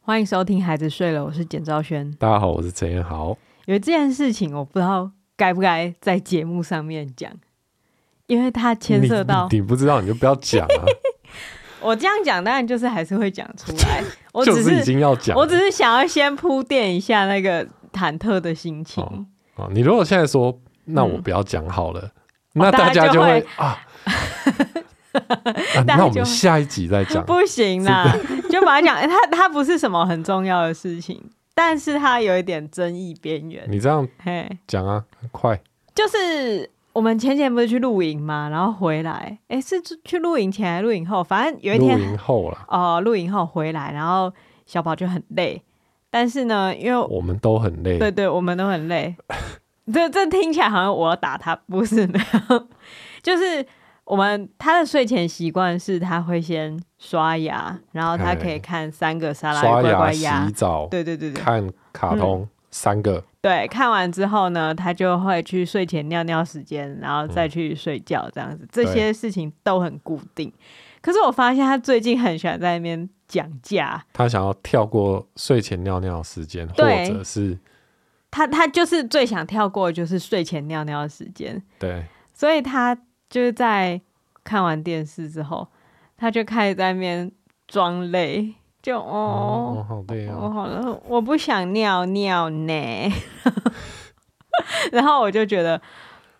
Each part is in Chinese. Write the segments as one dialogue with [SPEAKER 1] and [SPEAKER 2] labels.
[SPEAKER 1] 欢迎收听《孩子睡了》，我是简昭轩。
[SPEAKER 2] 大家好，我是陈彦豪。
[SPEAKER 1] 有这件事情，我不知道该不该在节目上面讲，因为它牵涉到
[SPEAKER 2] 你你不知道你就不要讲啊，
[SPEAKER 1] 我这样讲，当然就是还是会讲出来。 我
[SPEAKER 2] 就
[SPEAKER 1] 只
[SPEAKER 2] 已经要讲了。
[SPEAKER 1] 我只是想要先铺垫一下那个忐忑的心情。
[SPEAKER 2] 哦啊，你如果现在说，那我不要讲好了，那
[SPEAKER 1] 嗯哦大
[SPEAKER 2] 大
[SPEAKER 1] 家
[SPEAKER 2] 家
[SPEAKER 1] 就
[SPEAKER 2] 就
[SPEAKER 1] 会
[SPEAKER 2] 会啊。 啊
[SPEAKER 1] 大家
[SPEAKER 2] 那我
[SPEAKER 1] 就会
[SPEAKER 2] 们下一集再讲。
[SPEAKER 1] 不行啦，就把它讲， 它它不是什么很重要的事情，但是它有一点争议边缘。
[SPEAKER 2] 你这样
[SPEAKER 1] 嘿，
[SPEAKER 2] 讲啊，快！
[SPEAKER 1] 就是我们前天不是去露营嘛，然后回来，哎，是去去露营前还是露营后？反正有一
[SPEAKER 2] 露
[SPEAKER 1] 天
[SPEAKER 2] 营后啦，
[SPEAKER 1] 哦，露营后回来，然后小宝就很累，但是呢，因为
[SPEAKER 2] 我们都很累。
[SPEAKER 1] 对对，我们都很 累。这这听起来好像我要打他，不是没有， 就是我们他的睡前习惯是他会先刷牙，然后他可以
[SPEAKER 2] 哎
[SPEAKER 1] 看三个沙拉
[SPEAKER 2] 刷
[SPEAKER 1] 与乖
[SPEAKER 2] 牙、
[SPEAKER 1] 乖鸭
[SPEAKER 2] 洗，澡、
[SPEAKER 1] 对对对嗯对
[SPEAKER 2] 看卡通，三个
[SPEAKER 1] 对，看完之后呢，他就会去睡前尿尿时间，然后
[SPEAKER 2] 嗯
[SPEAKER 1] 再去睡觉，这样子，这些事情都很固定。可是我发现他最近很喜欢在那边讲价，
[SPEAKER 2] 他想要跳过睡前尿尿时间，或
[SPEAKER 1] 对
[SPEAKER 2] 者是
[SPEAKER 1] 他他就是最想跳过的就是睡前尿尿的时间，
[SPEAKER 2] 对
[SPEAKER 1] 所以他就是在看完电视之后，他就开始在那边装累，就
[SPEAKER 2] 哦，
[SPEAKER 1] 哦，
[SPEAKER 2] 好累
[SPEAKER 1] 我、
[SPEAKER 2] 哦，
[SPEAKER 1] 好了，我不想尿尿呢。 然后我就觉得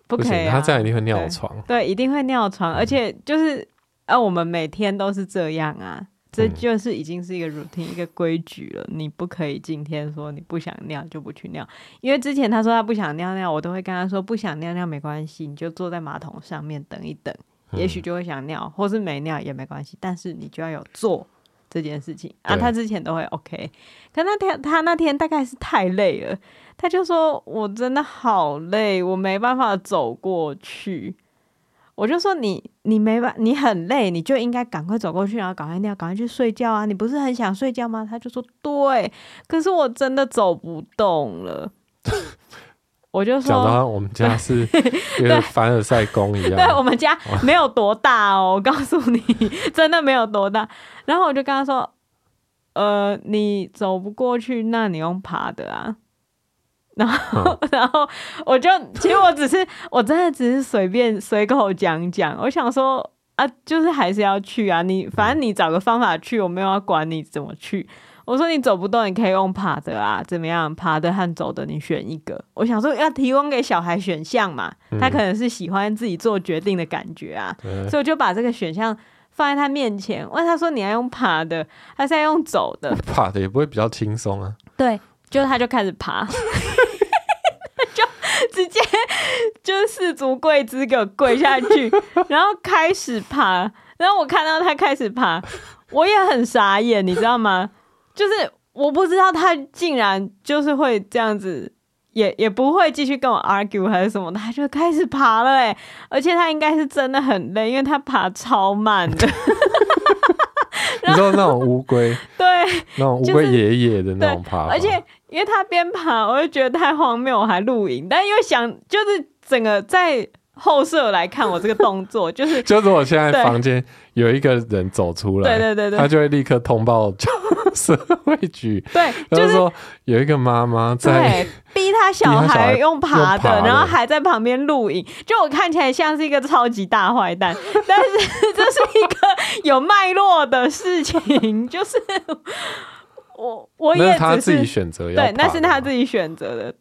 [SPEAKER 1] 不
[SPEAKER 2] 不
[SPEAKER 1] 可以、
[SPEAKER 2] 行，
[SPEAKER 1] 啊，
[SPEAKER 2] 他这样一定会
[SPEAKER 1] 对
[SPEAKER 2] 尿床。
[SPEAKER 1] 对，一定会尿床，而且
[SPEAKER 2] 嗯
[SPEAKER 1] 就是呃，我们每天都是这样啊，这
[SPEAKER 2] 嗯
[SPEAKER 1] 就是已经是一个 routine 一个规矩了，你不可以今天说你不想尿就不去尿，因为之前他说他不想尿尿，我都会跟他说不想尿尿没关系，你就坐在马桶上面等一等，
[SPEAKER 2] 嗯
[SPEAKER 1] 也许就会想尿，或是没尿也没关系，但是你就要有做。这件事情啊，
[SPEAKER 2] 对
[SPEAKER 1] 他之前都会 OK，可那天他那天大概是太累了，他就说：“我真的好累，我没办法走过去。”我就说你：“你没办，你很累，你就应该赶快走过去，然后赶快尿，赶快去睡觉啊！你不是很想睡觉吗？”他就说：“对，可是我真的走不动了。”我就
[SPEAKER 2] 讲
[SPEAKER 1] 说
[SPEAKER 2] 到我们 家是一个凡尔赛宫一：“
[SPEAKER 1] 对我
[SPEAKER 2] 样，
[SPEAKER 1] 们家没有多大哦，我 告诉你，真的没有多大。”然后我就跟他说：“呃，你走不过去，那你用爬的啊。”
[SPEAKER 2] 嗯
[SPEAKER 1] 然后我就，其实我只是，我真的只是随便随口讲讲。我想说啊，就是还是要去啊，你反正你找个方法去，我没有要管你怎么去。我说你走不动，你可以用爬的啊，怎么样？爬的和走的你选一个。我想说要提供给小孩选项嘛，他可能是喜欢自己做决定的感觉啊，
[SPEAKER 2] 对
[SPEAKER 1] 所以我就把这个选项放在他面前，问他说你要用爬的还是要用走的？
[SPEAKER 2] 爬的也不会比较轻松啊。
[SPEAKER 1] 对，就他就开始爬， 就直接就是四足跪姿给我跪下去，然后开始爬。然后我看到他开始爬，我也很傻眼，你知道吗？就是我不知道他竟然就是会这样子。也也不会继续跟我 argue 还是什么的，他就开始爬了哎、而且他应该是真的很累，因为他爬超慢的，
[SPEAKER 2] 你知道那种乌龟，
[SPEAKER 1] 对，
[SPEAKER 2] 那种乌
[SPEAKER 1] 就
[SPEAKER 2] 龟
[SPEAKER 1] 是
[SPEAKER 2] 爷爷的那种爬法，
[SPEAKER 1] 而且因为他边爬，我就觉得太荒谬，我还录影，但又想就是整个在后摄来看我这个动作， 就是
[SPEAKER 2] 就是我现在
[SPEAKER 1] 对
[SPEAKER 2] 房间有一个人走出来，
[SPEAKER 1] 对对对对
[SPEAKER 2] 他就会立刻通报社会局，
[SPEAKER 1] 对，
[SPEAKER 2] 他
[SPEAKER 1] 就
[SPEAKER 2] 就是说有一个妈妈在
[SPEAKER 1] 对，逼他小
[SPEAKER 2] 逼他小
[SPEAKER 1] 孩
[SPEAKER 2] 孩
[SPEAKER 1] 用爬
[SPEAKER 2] 用
[SPEAKER 1] 的，
[SPEAKER 2] 爬的
[SPEAKER 1] 然后还在旁边录影，就我看起来像是一个超级大坏蛋， 但是这是一个有脉络的事情， 就是我我
[SPEAKER 2] 那
[SPEAKER 1] 也
[SPEAKER 2] 是他
[SPEAKER 1] 只
[SPEAKER 2] 自己
[SPEAKER 1] 是
[SPEAKER 2] 选择要爬
[SPEAKER 1] 对
[SPEAKER 2] 的，嘛，
[SPEAKER 1] 那是他自己选择的。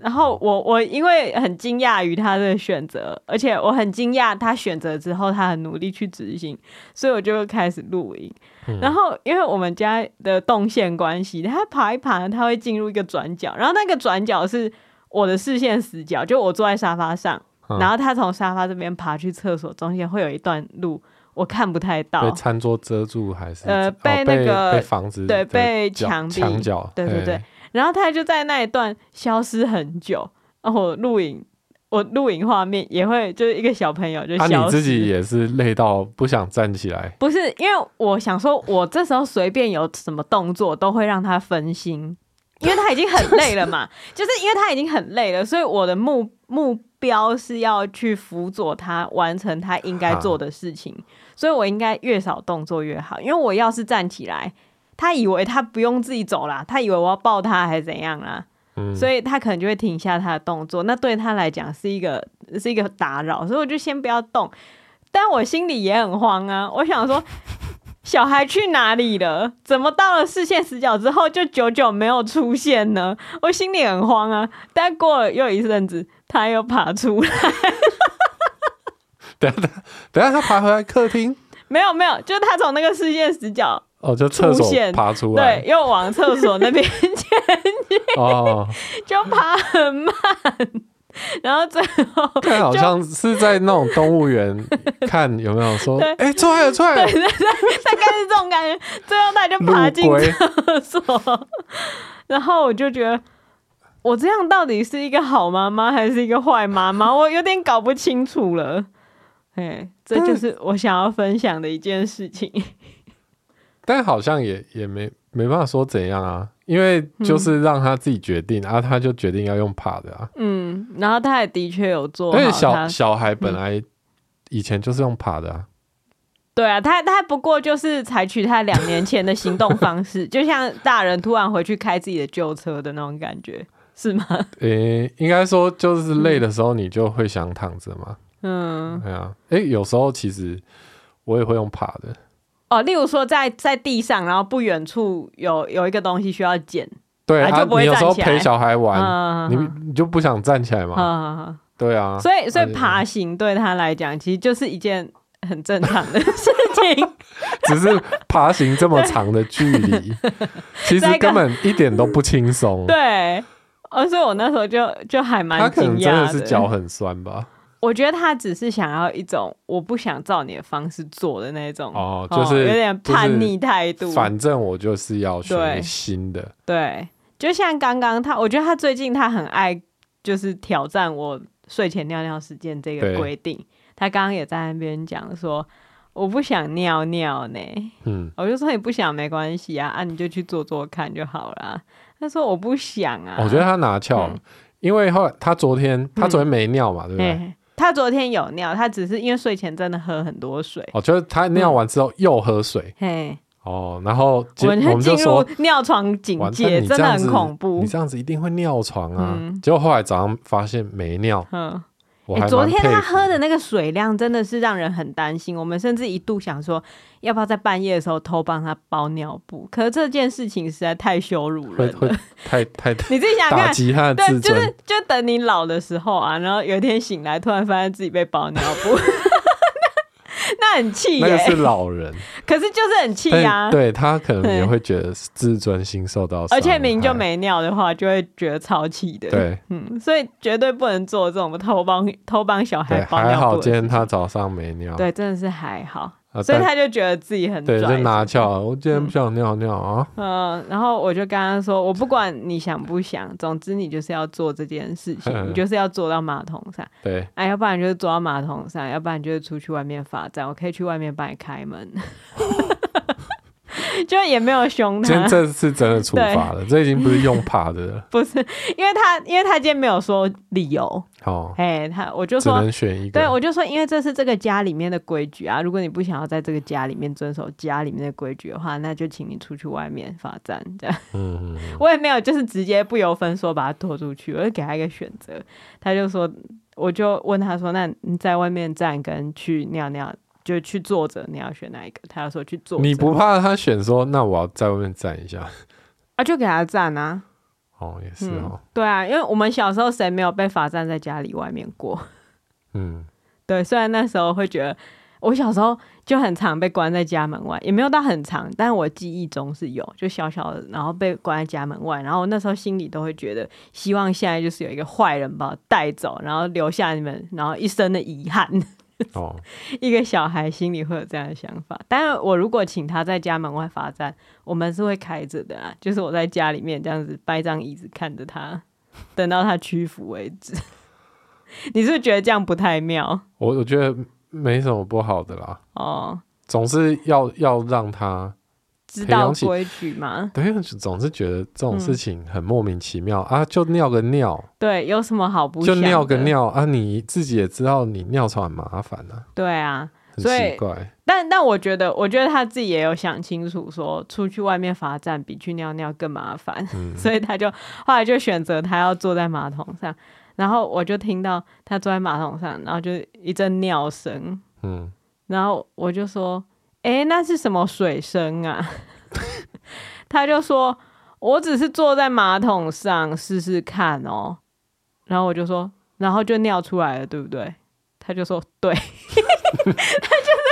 [SPEAKER 1] 然后我我因为很惊讶于他的选择，而且我很惊讶他选择之后他很努力去执行，所以我就开始录影。
[SPEAKER 2] 嗯
[SPEAKER 1] 然后因为我们家的动线关系，他爬一爬他会进入一个转角，然后那个转角是我的视线死角，就我坐在沙发上，
[SPEAKER 2] 嗯
[SPEAKER 1] 然后他从沙发这边爬去厕所，中间会有一段路我看不太到，
[SPEAKER 2] 被餐桌遮住还是
[SPEAKER 1] 呃
[SPEAKER 2] 哦
[SPEAKER 1] 被
[SPEAKER 2] 被
[SPEAKER 1] 那个
[SPEAKER 2] 被房子
[SPEAKER 1] 对
[SPEAKER 2] 的
[SPEAKER 1] 被
[SPEAKER 2] 角
[SPEAKER 1] 墙壁
[SPEAKER 2] 墙角，
[SPEAKER 1] 对对对
[SPEAKER 2] 哎，
[SPEAKER 1] 然后他就在那一段消失很久。然后我录影，我录影画面也会就是一个小朋友就
[SPEAKER 2] 啊
[SPEAKER 1] 消失。
[SPEAKER 2] 你自己也是累到不想站起来，
[SPEAKER 1] 不是因为我想说，我这时候随便有什么动作都会让他分心，因为他已经很累了嘛， 就是因为他已经很累了，所以我的目目标是要去辅佐他完成他应该做的事情，所以我应该越少动作越好，因为我要是站起来。他以为他不用自己走啦，他以为我要抱他还是怎样啦，
[SPEAKER 2] 嗯，
[SPEAKER 1] 所以他可能就会停下他的动作，那对他来讲是一个是一个打扰，所以我就先不要动。但我心里也很慌啊，我想说， 小孩去哪里了？怎么到了视线死角之后就久久没有出现呢？我心里很慌啊。但过了又一阵子，他又爬出来，
[SPEAKER 2] 等一下等一下等一下他爬回来客厅，
[SPEAKER 1] 没有没有，就是他从那个视线死角，
[SPEAKER 2] 哦，就厕
[SPEAKER 1] 出
[SPEAKER 2] 所
[SPEAKER 1] 现
[SPEAKER 2] 爬出
[SPEAKER 1] 对，
[SPEAKER 2] 来，
[SPEAKER 1] 又往厕所那边
[SPEAKER 2] 哦，
[SPEAKER 1] 就爬很慢，然后最 后
[SPEAKER 2] 看好像是在那种动物园看有没有说
[SPEAKER 1] 对，
[SPEAKER 2] 哎，出来了，出来
[SPEAKER 1] 大
[SPEAKER 2] 了，
[SPEAKER 1] 概是这种感觉。最后他就爬进
[SPEAKER 2] 陆龟，
[SPEAKER 1] 厕所，然后我就觉得。我这样到底是一个好妈妈还是一个坏妈妈？我有点搞不清楚了。哎，这就是我想要分享的一件事情。
[SPEAKER 2] 但好像也也没没办法说怎样啊，因为就是让他自己决定，啊，他就决定要用爬的啊，
[SPEAKER 1] 嗯，然后他也的确有做
[SPEAKER 2] 因为
[SPEAKER 1] 好
[SPEAKER 2] 小
[SPEAKER 1] 他，
[SPEAKER 2] 小孩本来以前就是用爬的啊，
[SPEAKER 1] 对啊，他他不过就是采取他两年前的行动方式， 就像大人突然回去开自己的旧车的那种感觉，是吗？
[SPEAKER 2] 诶，应该说就是累的时候你就会想躺着嘛，
[SPEAKER 1] 嗯，
[SPEAKER 2] 对啊，诶，有时候其实我也会用爬的，
[SPEAKER 1] 哦，例如说在在地上，然后不远处有有一个东西需要捡，
[SPEAKER 2] 对
[SPEAKER 1] 啊
[SPEAKER 2] 啊，
[SPEAKER 1] 就不会
[SPEAKER 2] 你有时候
[SPEAKER 1] 站起来
[SPEAKER 2] 陪小孩玩，
[SPEAKER 1] 嗯，
[SPEAKER 2] 你你就不想站起来嘛，
[SPEAKER 1] 啊，
[SPEAKER 2] 对啊，
[SPEAKER 1] 所以所以
[SPEAKER 2] 对
[SPEAKER 1] 爬行对他来讲，其实就是一件很正常的事 情。
[SPEAKER 2] 只是爬行这么长的距离，其实根本一点都不轻松。
[SPEAKER 1] 对，哦，所以我那时候就就还
[SPEAKER 2] 他
[SPEAKER 1] 蛮
[SPEAKER 2] 可
[SPEAKER 1] 惊
[SPEAKER 2] 能真
[SPEAKER 1] 讶
[SPEAKER 2] 的是脚很酸吧？
[SPEAKER 1] 我觉得他只是想要一种我不想照你的方式做的那种，
[SPEAKER 2] 哦就是
[SPEAKER 1] 有点叛逆态度。
[SPEAKER 2] 反正我就是要学
[SPEAKER 1] 对
[SPEAKER 2] 新的，
[SPEAKER 1] 对，就像刚刚他，我觉得他最近他很爱就是挑战我睡前尿尿时间这
[SPEAKER 2] 对
[SPEAKER 1] 个规定。他刚刚也在那边讲说，我不想尿尿呢。
[SPEAKER 2] 嗯，
[SPEAKER 1] 我就说你不想没关系啊，啊你就去做做看就好啦。他说我不想啊，
[SPEAKER 2] 我哦觉得他拿翘了，因为后来他昨天他
[SPEAKER 1] 嗯
[SPEAKER 2] 昨天没尿嘛，对不对？
[SPEAKER 1] 哎，他昨天有尿，他只是因为睡前真的喝很多水，
[SPEAKER 2] 哦，就是他
[SPEAKER 1] 嗯
[SPEAKER 2] 尿完之后又喝水
[SPEAKER 1] 嘿，
[SPEAKER 2] 哦，然后
[SPEAKER 1] 我
[SPEAKER 2] 结
[SPEAKER 1] 们
[SPEAKER 2] 我们
[SPEAKER 1] 进入
[SPEAKER 2] 就说。
[SPEAKER 1] 尿床警
[SPEAKER 2] 完蛋，
[SPEAKER 1] 戒，
[SPEAKER 2] 你
[SPEAKER 1] 真
[SPEAKER 2] 这
[SPEAKER 1] 的
[SPEAKER 2] 样子
[SPEAKER 1] 很恐怖
[SPEAKER 2] 你。这样子一定会尿床啊！
[SPEAKER 1] 嗯
[SPEAKER 2] 结果后来早上发现没尿，
[SPEAKER 1] 嗯，
[SPEAKER 2] 我
[SPEAKER 1] 哎
[SPEAKER 2] 还
[SPEAKER 1] 昨
[SPEAKER 2] 蛮
[SPEAKER 1] 天
[SPEAKER 2] 佩
[SPEAKER 1] 他
[SPEAKER 2] 服
[SPEAKER 1] 喝的那个水量真的是让人很担心，我们甚至一度想说，要不要在半夜的时候偷帮他包尿布？可是这件事情实在太羞辱
[SPEAKER 2] 会
[SPEAKER 1] 人
[SPEAKER 2] 会
[SPEAKER 1] 了，
[SPEAKER 2] 太太
[SPEAKER 1] 你自己想想
[SPEAKER 2] 打
[SPEAKER 1] 看，
[SPEAKER 2] 击他的
[SPEAKER 1] 对，
[SPEAKER 2] 自
[SPEAKER 1] 就
[SPEAKER 2] 尊。
[SPEAKER 1] 是就等你老的时候啊，然后有一天醒来，突然发现自己被包尿布， 那很气耶、
[SPEAKER 2] 那个是老人，
[SPEAKER 1] 可是就是很气呀、
[SPEAKER 2] 但对他可能也
[SPEAKER 1] 对
[SPEAKER 2] 会觉得自尊心受到伤害，
[SPEAKER 1] 而且明就没尿的话，就会觉得超气的。，
[SPEAKER 2] 对
[SPEAKER 1] 嗯，所以绝对不能做这种偷帮偷帮小
[SPEAKER 2] 对，
[SPEAKER 1] 孩包
[SPEAKER 2] 还
[SPEAKER 1] 尿
[SPEAKER 2] 好
[SPEAKER 1] 布的事
[SPEAKER 2] 今天
[SPEAKER 1] 情。
[SPEAKER 2] 他早上没尿，
[SPEAKER 1] 对，真的是还好，
[SPEAKER 2] 啊，
[SPEAKER 1] 所以
[SPEAKER 2] 但
[SPEAKER 1] 他就觉得自己很拽
[SPEAKER 2] 对
[SPEAKER 1] 是不
[SPEAKER 2] 就是拿翘，我今天不想尿尿啊，
[SPEAKER 1] 嗯，然后我就跟他说，我不管你想不想，总之你就是要做这件事 情，你就是要坐到马桶上，
[SPEAKER 2] 对，
[SPEAKER 1] 哎，要不然就是坐到马桶上，要不然就是出去外面罚站，我可以去外面帮你开门， 就也没有凶
[SPEAKER 2] 今天
[SPEAKER 1] 他，
[SPEAKER 2] 这次真的处罚了，这已经不是用爬 的了，
[SPEAKER 1] 不是，因为他因为他今天没有说理由，
[SPEAKER 2] 好，
[SPEAKER 1] 哎，他我就
[SPEAKER 2] 只
[SPEAKER 1] 说
[SPEAKER 2] 能选一
[SPEAKER 1] 对，
[SPEAKER 2] 个，
[SPEAKER 1] 我就说，因为这是这个家里面的规矩啊。如果你不想要在这个家里面遵守家里面的规矩的话，那就请你出去外面罚站。这样，
[SPEAKER 2] 嗯，嗯嗯
[SPEAKER 1] 我也没有就是直接不由分说把他拖出去，我就给他一个选择。他就说，我就问他说，那你在外面站跟去尿尿，就去坐着，你要选哪一个？他就说去坐着。
[SPEAKER 2] 你不怕他选说，那我要在外面站一下，
[SPEAKER 1] 啊？就给他站啊。
[SPEAKER 2] 哦，也是哦，
[SPEAKER 1] 对啊，因为我们小时候谁没有被罚站在家里外面过？
[SPEAKER 2] 嗯，
[SPEAKER 1] 对，虽然那时候会觉得，我小时候就很常被关在家门外，也没有到很长，但我记忆中是有，就小小的，然后被关在家门外，然后我那时候心里都会觉得，希望现在就是有一个坏人把我带走，然后留下你们，然后一生的遗憾。
[SPEAKER 2] 哦，
[SPEAKER 1] 一个小孩心里会有这样的想法，但是我如果请他在家门外罚站，我们是会开着的啦，就是我在家里面这样子掰张椅子看着他，等到他屈服为止。 你是不是觉得这样不太妙
[SPEAKER 2] 我我觉得没什么不好的啦，
[SPEAKER 1] 哦？
[SPEAKER 2] 总是要要让他
[SPEAKER 1] 知
[SPEAKER 2] 培养
[SPEAKER 1] 道
[SPEAKER 2] 起
[SPEAKER 1] 规矩吗？
[SPEAKER 2] 对，因为总是觉得这种
[SPEAKER 1] 嗯
[SPEAKER 2] 事情很莫名其妙、啊，就尿个尿，
[SPEAKER 1] 对，有什么好不
[SPEAKER 2] 就
[SPEAKER 1] 想
[SPEAKER 2] 尿个
[SPEAKER 1] 的？
[SPEAKER 2] 尿啊，你自己也知道你尿床很麻烦啊，
[SPEAKER 1] 对啊，
[SPEAKER 2] 很
[SPEAKER 1] 所以
[SPEAKER 2] 奇怪。
[SPEAKER 1] 但但我觉得，我觉得他自己也有想清楚说出去外面罚站比去尿尿更麻烦，
[SPEAKER 2] 嗯
[SPEAKER 1] 所以他就后来就选择他要坐在马桶上。然后我就听到他坐在马桶上，然后就一阵尿声，
[SPEAKER 2] 嗯，
[SPEAKER 1] 然后我就说：“诶，那是什么水声啊？” 他就说：“我只是坐在马桶上试试看哦。”然后我就说：“然后就尿出来了，对不对？”他就说：“对。”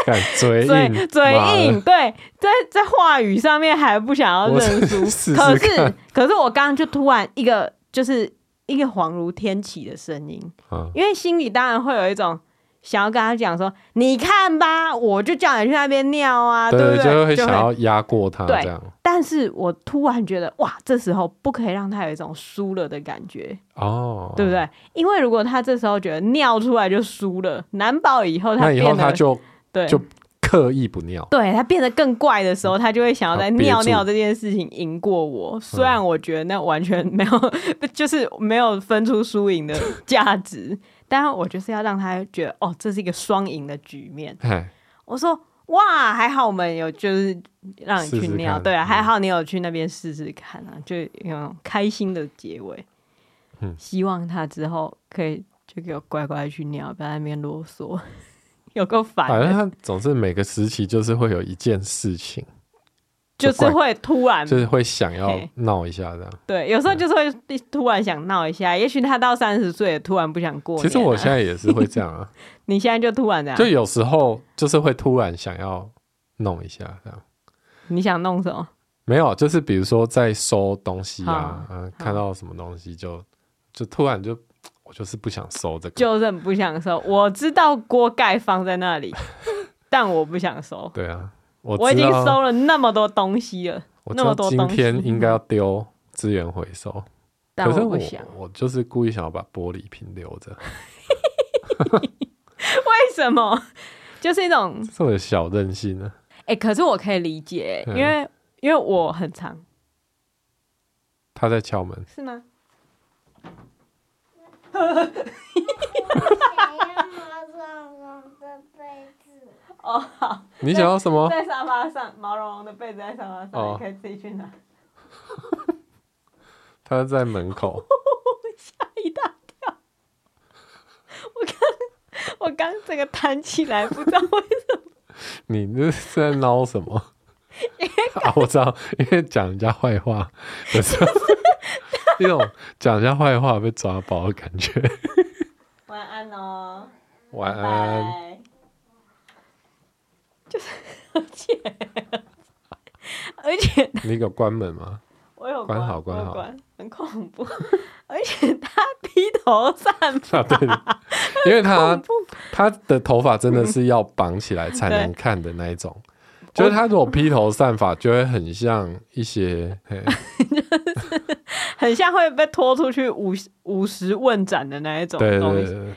[SPEAKER 2] 敢嘴
[SPEAKER 1] 嘴
[SPEAKER 2] 硬，
[SPEAKER 1] 嘴
[SPEAKER 2] 妈的
[SPEAKER 1] 硬，，对，在在话语上面还不想要
[SPEAKER 2] 我
[SPEAKER 1] 认输。
[SPEAKER 2] 试试
[SPEAKER 1] 可
[SPEAKER 2] 看
[SPEAKER 1] 是可是我刚刚就突然一个就是一个恍如天启的声音，
[SPEAKER 2] 嗯，
[SPEAKER 1] 因为心里当然会有一种想要跟他讲说，你看吧，我就叫你去那边尿啊，
[SPEAKER 2] 对
[SPEAKER 1] 不对？
[SPEAKER 2] 就会想要压过他
[SPEAKER 1] 对
[SPEAKER 2] 这样。
[SPEAKER 1] 但是我突然觉得，哇，这时候不可以让他有一种输了的感觉，
[SPEAKER 2] 哦，
[SPEAKER 1] 对不？对？因为如果他这时候觉得尿出来就输了，难保以后他
[SPEAKER 2] 那以后
[SPEAKER 1] 变得
[SPEAKER 2] 他就
[SPEAKER 1] 对
[SPEAKER 2] 就刻意不尿，
[SPEAKER 1] 对他变得更怪的时候，他就会想要在
[SPEAKER 2] 他憋
[SPEAKER 1] 尿
[SPEAKER 2] 住嗯
[SPEAKER 1] 尿这件事情赢过我。虽然我觉得那完全没有，就是没有分出输赢的价值，但我就是要让他觉得哦，这是一个双赢的局面。
[SPEAKER 2] 哎，
[SPEAKER 1] 我说哇，还好我们有就是让你去
[SPEAKER 2] 试试
[SPEAKER 1] 尿，
[SPEAKER 2] 看
[SPEAKER 1] 对啊，
[SPEAKER 2] 嗯
[SPEAKER 1] 还好你有去那边试试看啊，就有那种开心的结尾。
[SPEAKER 2] 嗯
[SPEAKER 1] 希望他之后可以就给我乖乖去尿，不要在那边啰嗦， 有够烦的。
[SPEAKER 2] 反正他总是每个时期就是会有一件事情，
[SPEAKER 1] 就是会突然
[SPEAKER 2] 就是会想要
[SPEAKER 1] 嘿
[SPEAKER 2] 闹一下这样。
[SPEAKER 1] 对，有时候就是会突然想闹一下，也许他到三十岁也突然不想过年啊、啊
[SPEAKER 2] 其实我现在也是会这 样啊，
[SPEAKER 1] 你现在就突然这样，
[SPEAKER 2] 就有时候就是会突然想要弄一下这样。
[SPEAKER 1] 你想弄什么？
[SPEAKER 2] 没有，就是比如说在收东西啊，
[SPEAKER 1] 好
[SPEAKER 2] 嗯、看到什么东西就就突然就我就是不想收这个，
[SPEAKER 1] 就是很不想收。我知道锅盖放在那 里，但我不想收。
[SPEAKER 2] 对啊，我
[SPEAKER 1] 我已
[SPEAKER 2] 知
[SPEAKER 1] 经
[SPEAKER 2] 道
[SPEAKER 1] 收了那么多东西了，
[SPEAKER 2] 我
[SPEAKER 1] 那
[SPEAKER 2] 知
[SPEAKER 1] 么
[SPEAKER 2] 道
[SPEAKER 1] 多
[SPEAKER 2] 今
[SPEAKER 1] 东西
[SPEAKER 2] 天应该要丢资源回收，
[SPEAKER 1] 但
[SPEAKER 2] 可是
[SPEAKER 1] 不
[SPEAKER 2] 我
[SPEAKER 1] 想。
[SPEAKER 2] 我就是故意想要把玻璃瓶留着，
[SPEAKER 1] 为什么？ 就是一种
[SPEAKER 2] 这种小任性啊呢、
[SPEAKER 1] 哎、可是我可以理解、
[SPEAKER 2] 嗯
[SPEAKER 1] 因为因为我很长，
[SPEAKER 2] 他在敲门，
[SPEAKER 1] 是吗？
[SPEAKER 3] 想要毛茸茸的被子，
[SPEAKER 1] 哦，好，
[SPEAKER 2] 你想要什么？
[SPEAKER 1] 在沙发上，毛茸茸的被子在沙发上，
[SPEAKER 2] 哦
[SPEAKER 1] 你可以自己去拿。
[SPEAKER 2] 他在门口，
[SPEAKER 1] 吓一大跳！我刚我刚整个弹起来，不知道为什么。
[SPEAKER 2] 你这是在闹什么？ 啊，我知道，因为讲人家坏话有时候 一种讲人家坏话被抓包的感觉。
[SPEAKER 1] 晚安哦，
[SPEAKER 2] 晚
[SPEAKER 1] 拜
[SPEAKER 2] 安。
[SPEAKER 1] 拜。就是，而且而且
[SPEAKER 2] 你有关门吗？
[SPEAKER 1] 我有
[SPEAKER 2] 关好
[SPEAKER 1] 关
[SPEAKER 2] 关
[SPEAKER 1] 我有
[SPEAKER 2] 好
[SPEAKER 1] 关，很恐怖。而且他披头散发，
[SPEAKER 2] 啊，对，因为他
[SPEAKER 1] 恐怖
[SPEAKER 2] 他的头发真的是要绑起来才能看的那一种，就是他如果披头散发，就会很像一些嘿
[SPEAKER 1] 很像会被拖出去五十五十问斩的那一种
[SPEAKER 2] 对对
[SPEAKER 1] 东
[SPEAKER 2] 对
[SPEAKER 1] 西。
[SPEAKER 2] 对，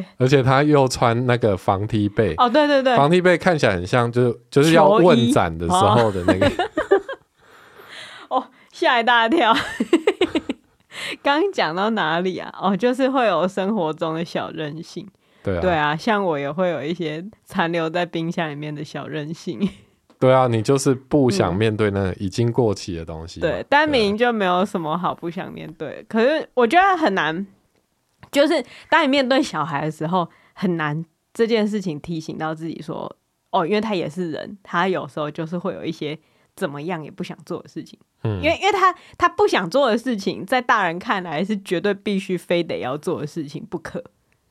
[SPEAKER 1] 对，
[SPEAKER 2] 而且他又穿那个防踢被，
[SPEAKER 1] 哦，对 对对，
[SPEAKER 2] 防踢被看起来很像就是就是要
[SPEAKER 1] 球衣
[SPEAKER 2] 问斩的时候的 那个，
[SPEAKER 1] 哦，吓一大跳。 刚讲到哪里啊？哦，就是会有生活中的小任性。
[SPEAKER 2] 对啊
[SPEAKER 1] 对啊，像我也会有一些残留在冰箱里面的小任性。
[SPEAKER 2] 对啊，你就是不想面对那个已经过期的东西嘛，
[SPEAKER 1] 嗯对，但明
[SPEAKER 2] 对
[SPEAKER 1] 明就没有什么好不想面对的。可是我觉得很难，就是当你面对小孩的时候，很难这件事情提醒到自己说，哦，因为他也是人，他有时候就是会有一些怎么样也不想做的事情。
[SPEAKER 2] 嗯
[SPEAKER 1] 因为因为他他不想做的事情，在大人看来是绝对必须非得要做的事情不可。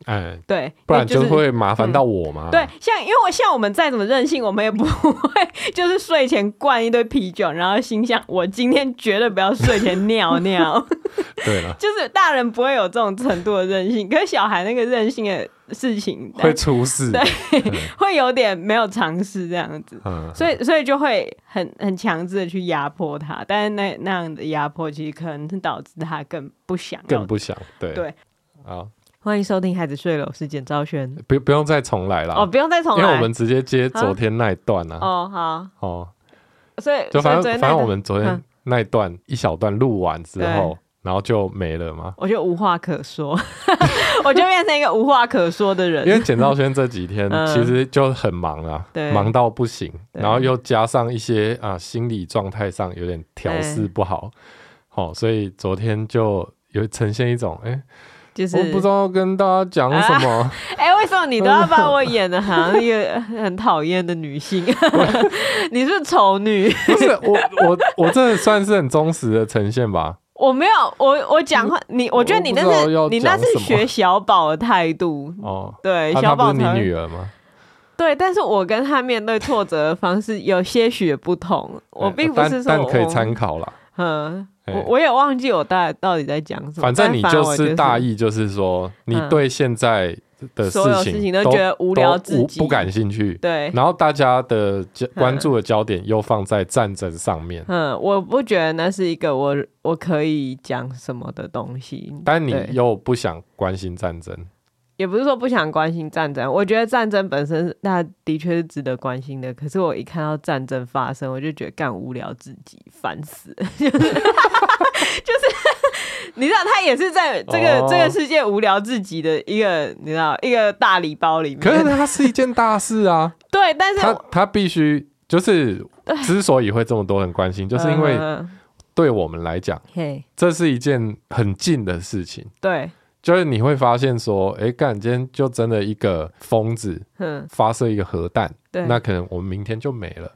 [SPEAKER 2] 哎，
[SPEAKER 1] 对，
[SPEAKER 2] 不然
[SPEAKER 1] 因为
[SPEAKER 2] 就是会啊麻烦到我嘛，
[SPEAKER 1] 对，像因为我像我们再怎么任性，我们也不会就是睡前灌一堆啤酒，然后心想我今天绝对不要睡 前尿尿。
[SPEAKER 2] 对了，
[SPEAKER 1] 就是大人不会有这种程度的任性，可是小孩那个任性的事情
[SPEAKER 2] 会出事，
[SPEAKER 1] 对会有点没有尝试这样子。
[SPEAKER 2] 嗯，
[SPEAKER 1] 所以，所以就会很很强制的去压迫他，但是那那样的压迫其实可能是导致他更不想要
[SPEAKER 2] 更不想，对
[SPEAKER 1] 对。
[SPEAKER 2] 好，
[SPEAKER 1] 欢迎收听《孩子睡了》，我是简昭轩。
[SPEAKER 2] 不不用再重来啦。
[SPEAKER 1] 哦，不用再重
[SPEAKER 2] 因
[SPEAKER 1] 来，
[SPEAKER 2] 为我们直接接昨天那一段啊，
[SPEAKER 1] 哦好，
[SPEAKER 2] 哦，
[SPEAKER 1] 所以
[SPEAKER 2] 就反
[SPEAKER 1] 所以昨天
[SPEAKER 2] 正
[SPEAKER 1] 那
[SPEAKER 2] 反正
[SPEAKER 1] 个
[SPEAKER 2] 我们昨天
[SPEAKER 1] 嗯
[SPEAKER 2] 那一段一小段录完之后，然后就没了嘛。
[SPEAKER 1] 我就无话可说， 我就变成一个无话可说的
[SPEAKER 2] 因为
[SPEAKER 1] 人。
[SPEAKER 2] 简兆轩这几天
[SPEAKER 1] 嗯
[SPEAKER 2] 其实就很忙啊，
[SPEAKER 1] 对
[SPEAKER 2] 忙到不行，
[SPEAKER 1] 对
[SPEAKER 2] 然后又加上一些啊心理状态上有点调试不好，好、所以昨天就有呈现一种，哎、
[SPEAKER 1] 就是
[SPEAKER 2] 我不知道跟大家讲什么，
[SPEAKER 1] 哎、为什么你都要把我演的好像一个很讨厌的女性？ 你是不是丑女？
[SPEAKER 2] 不是我我我这算是很忠实的呈现吧，
[SPEAKER 1] 我没有，我我讲话，你我觉得你那
[SPEAKER 2] 嗯我不知道要
[SPEAKER 1] 是你那
[SPEAKER 2] 讲什
[SPEAKER 1] 是
[SPEAKER 2] 么
[SPEAKER 1] 学小宝的态度，
[SPEAKER 2] 哦，
[SPEAKER 1] 对，
[SPEAKER 2] 她她
[SPEAKER 1] 小
[SPEAKER 2] 不
[SPEAKER 1] 宝
[SPEAKER 2] 是你
[SPEAKER 1] 才会
[SPEAKER 2] 女儿吗？
[SPEAKER 1] 对，但是我跟他面对挫折的方式有些许不同，我
[SPEAKER 2] 对
[SPEAKER 1] 并不是说
[SPEAKER 2] 哎但但
[SPEAKER 1] 我
[SPEAKER 2] 可以参考啦。
[SPEAKER 1] 嗯，我
[SPEAKER 2] 哎
[SPEAKER 1] 我也忘记我大到底在讲什么，
[SPEAKER 2] 反正你
[SPEAKER 1] 但而我
[SPEAKER 2] 是大，意，就是说你对现在的
[SPEAKER 1] 嗯所有
[SPEAKER 2] 情
[SPEAKER 1] 事情都觉得无聊
[SPEAKER 2] 都
[SPEAKER 1] 至
[SPEAKER 2] 无
[SPEAKER 1] 极
[SPEAKER 2] 不感兴趣，
[SPEAKER 1] 对，
[SPEAKER 2] 然后大家的焦关注的焦点又放在战争上面，
[SPEAKER 1] 嗯，我不觉得那是一个我我可以讲什么的东西，
[SPEAKER 2] 但你
[SPEAKER 1] 对嗯
[SPEAKER 2] 又不想关心战争，
[SPEAKER 1] 也不是说不想关心战争，我觉得战争本身那的确是值得关心的。可是我一看到战争发生，我就觉得干无聊至极，烦死 了，就是就是。你知道，他也是在这个、
[SPEAKER 2] 哦
[SPEAKER 1] 这个世界无聊至极的一个，你知道一个大礼包里
[SPEAKER 2] 可是
[SPEAKER 1] 面。
[SPEAKER 2] 它是一件大事啊，
[SPEAKER 1] 对，但是
[SPEAKER 2] 它它必须就是之所以会这么多人关心，就是因为
[SPEAKER 1] 嗯
[SPEAKER 2] 对我们来讲，
[SPEAKER 1] 嘿，
[SPEAKER 2] 这是一件很近的事情，
[SPEAKER 1] 对，
[SPEAKER 2] 就是你会发现说，哎，干今天就真的一个疯子
[SPEAKER 1] 嗯，
[SPEAKER 2] 发射一个核弹，
[SPEAKER 1] 对
[SPEAKER 2] 那可能我们明天就没了。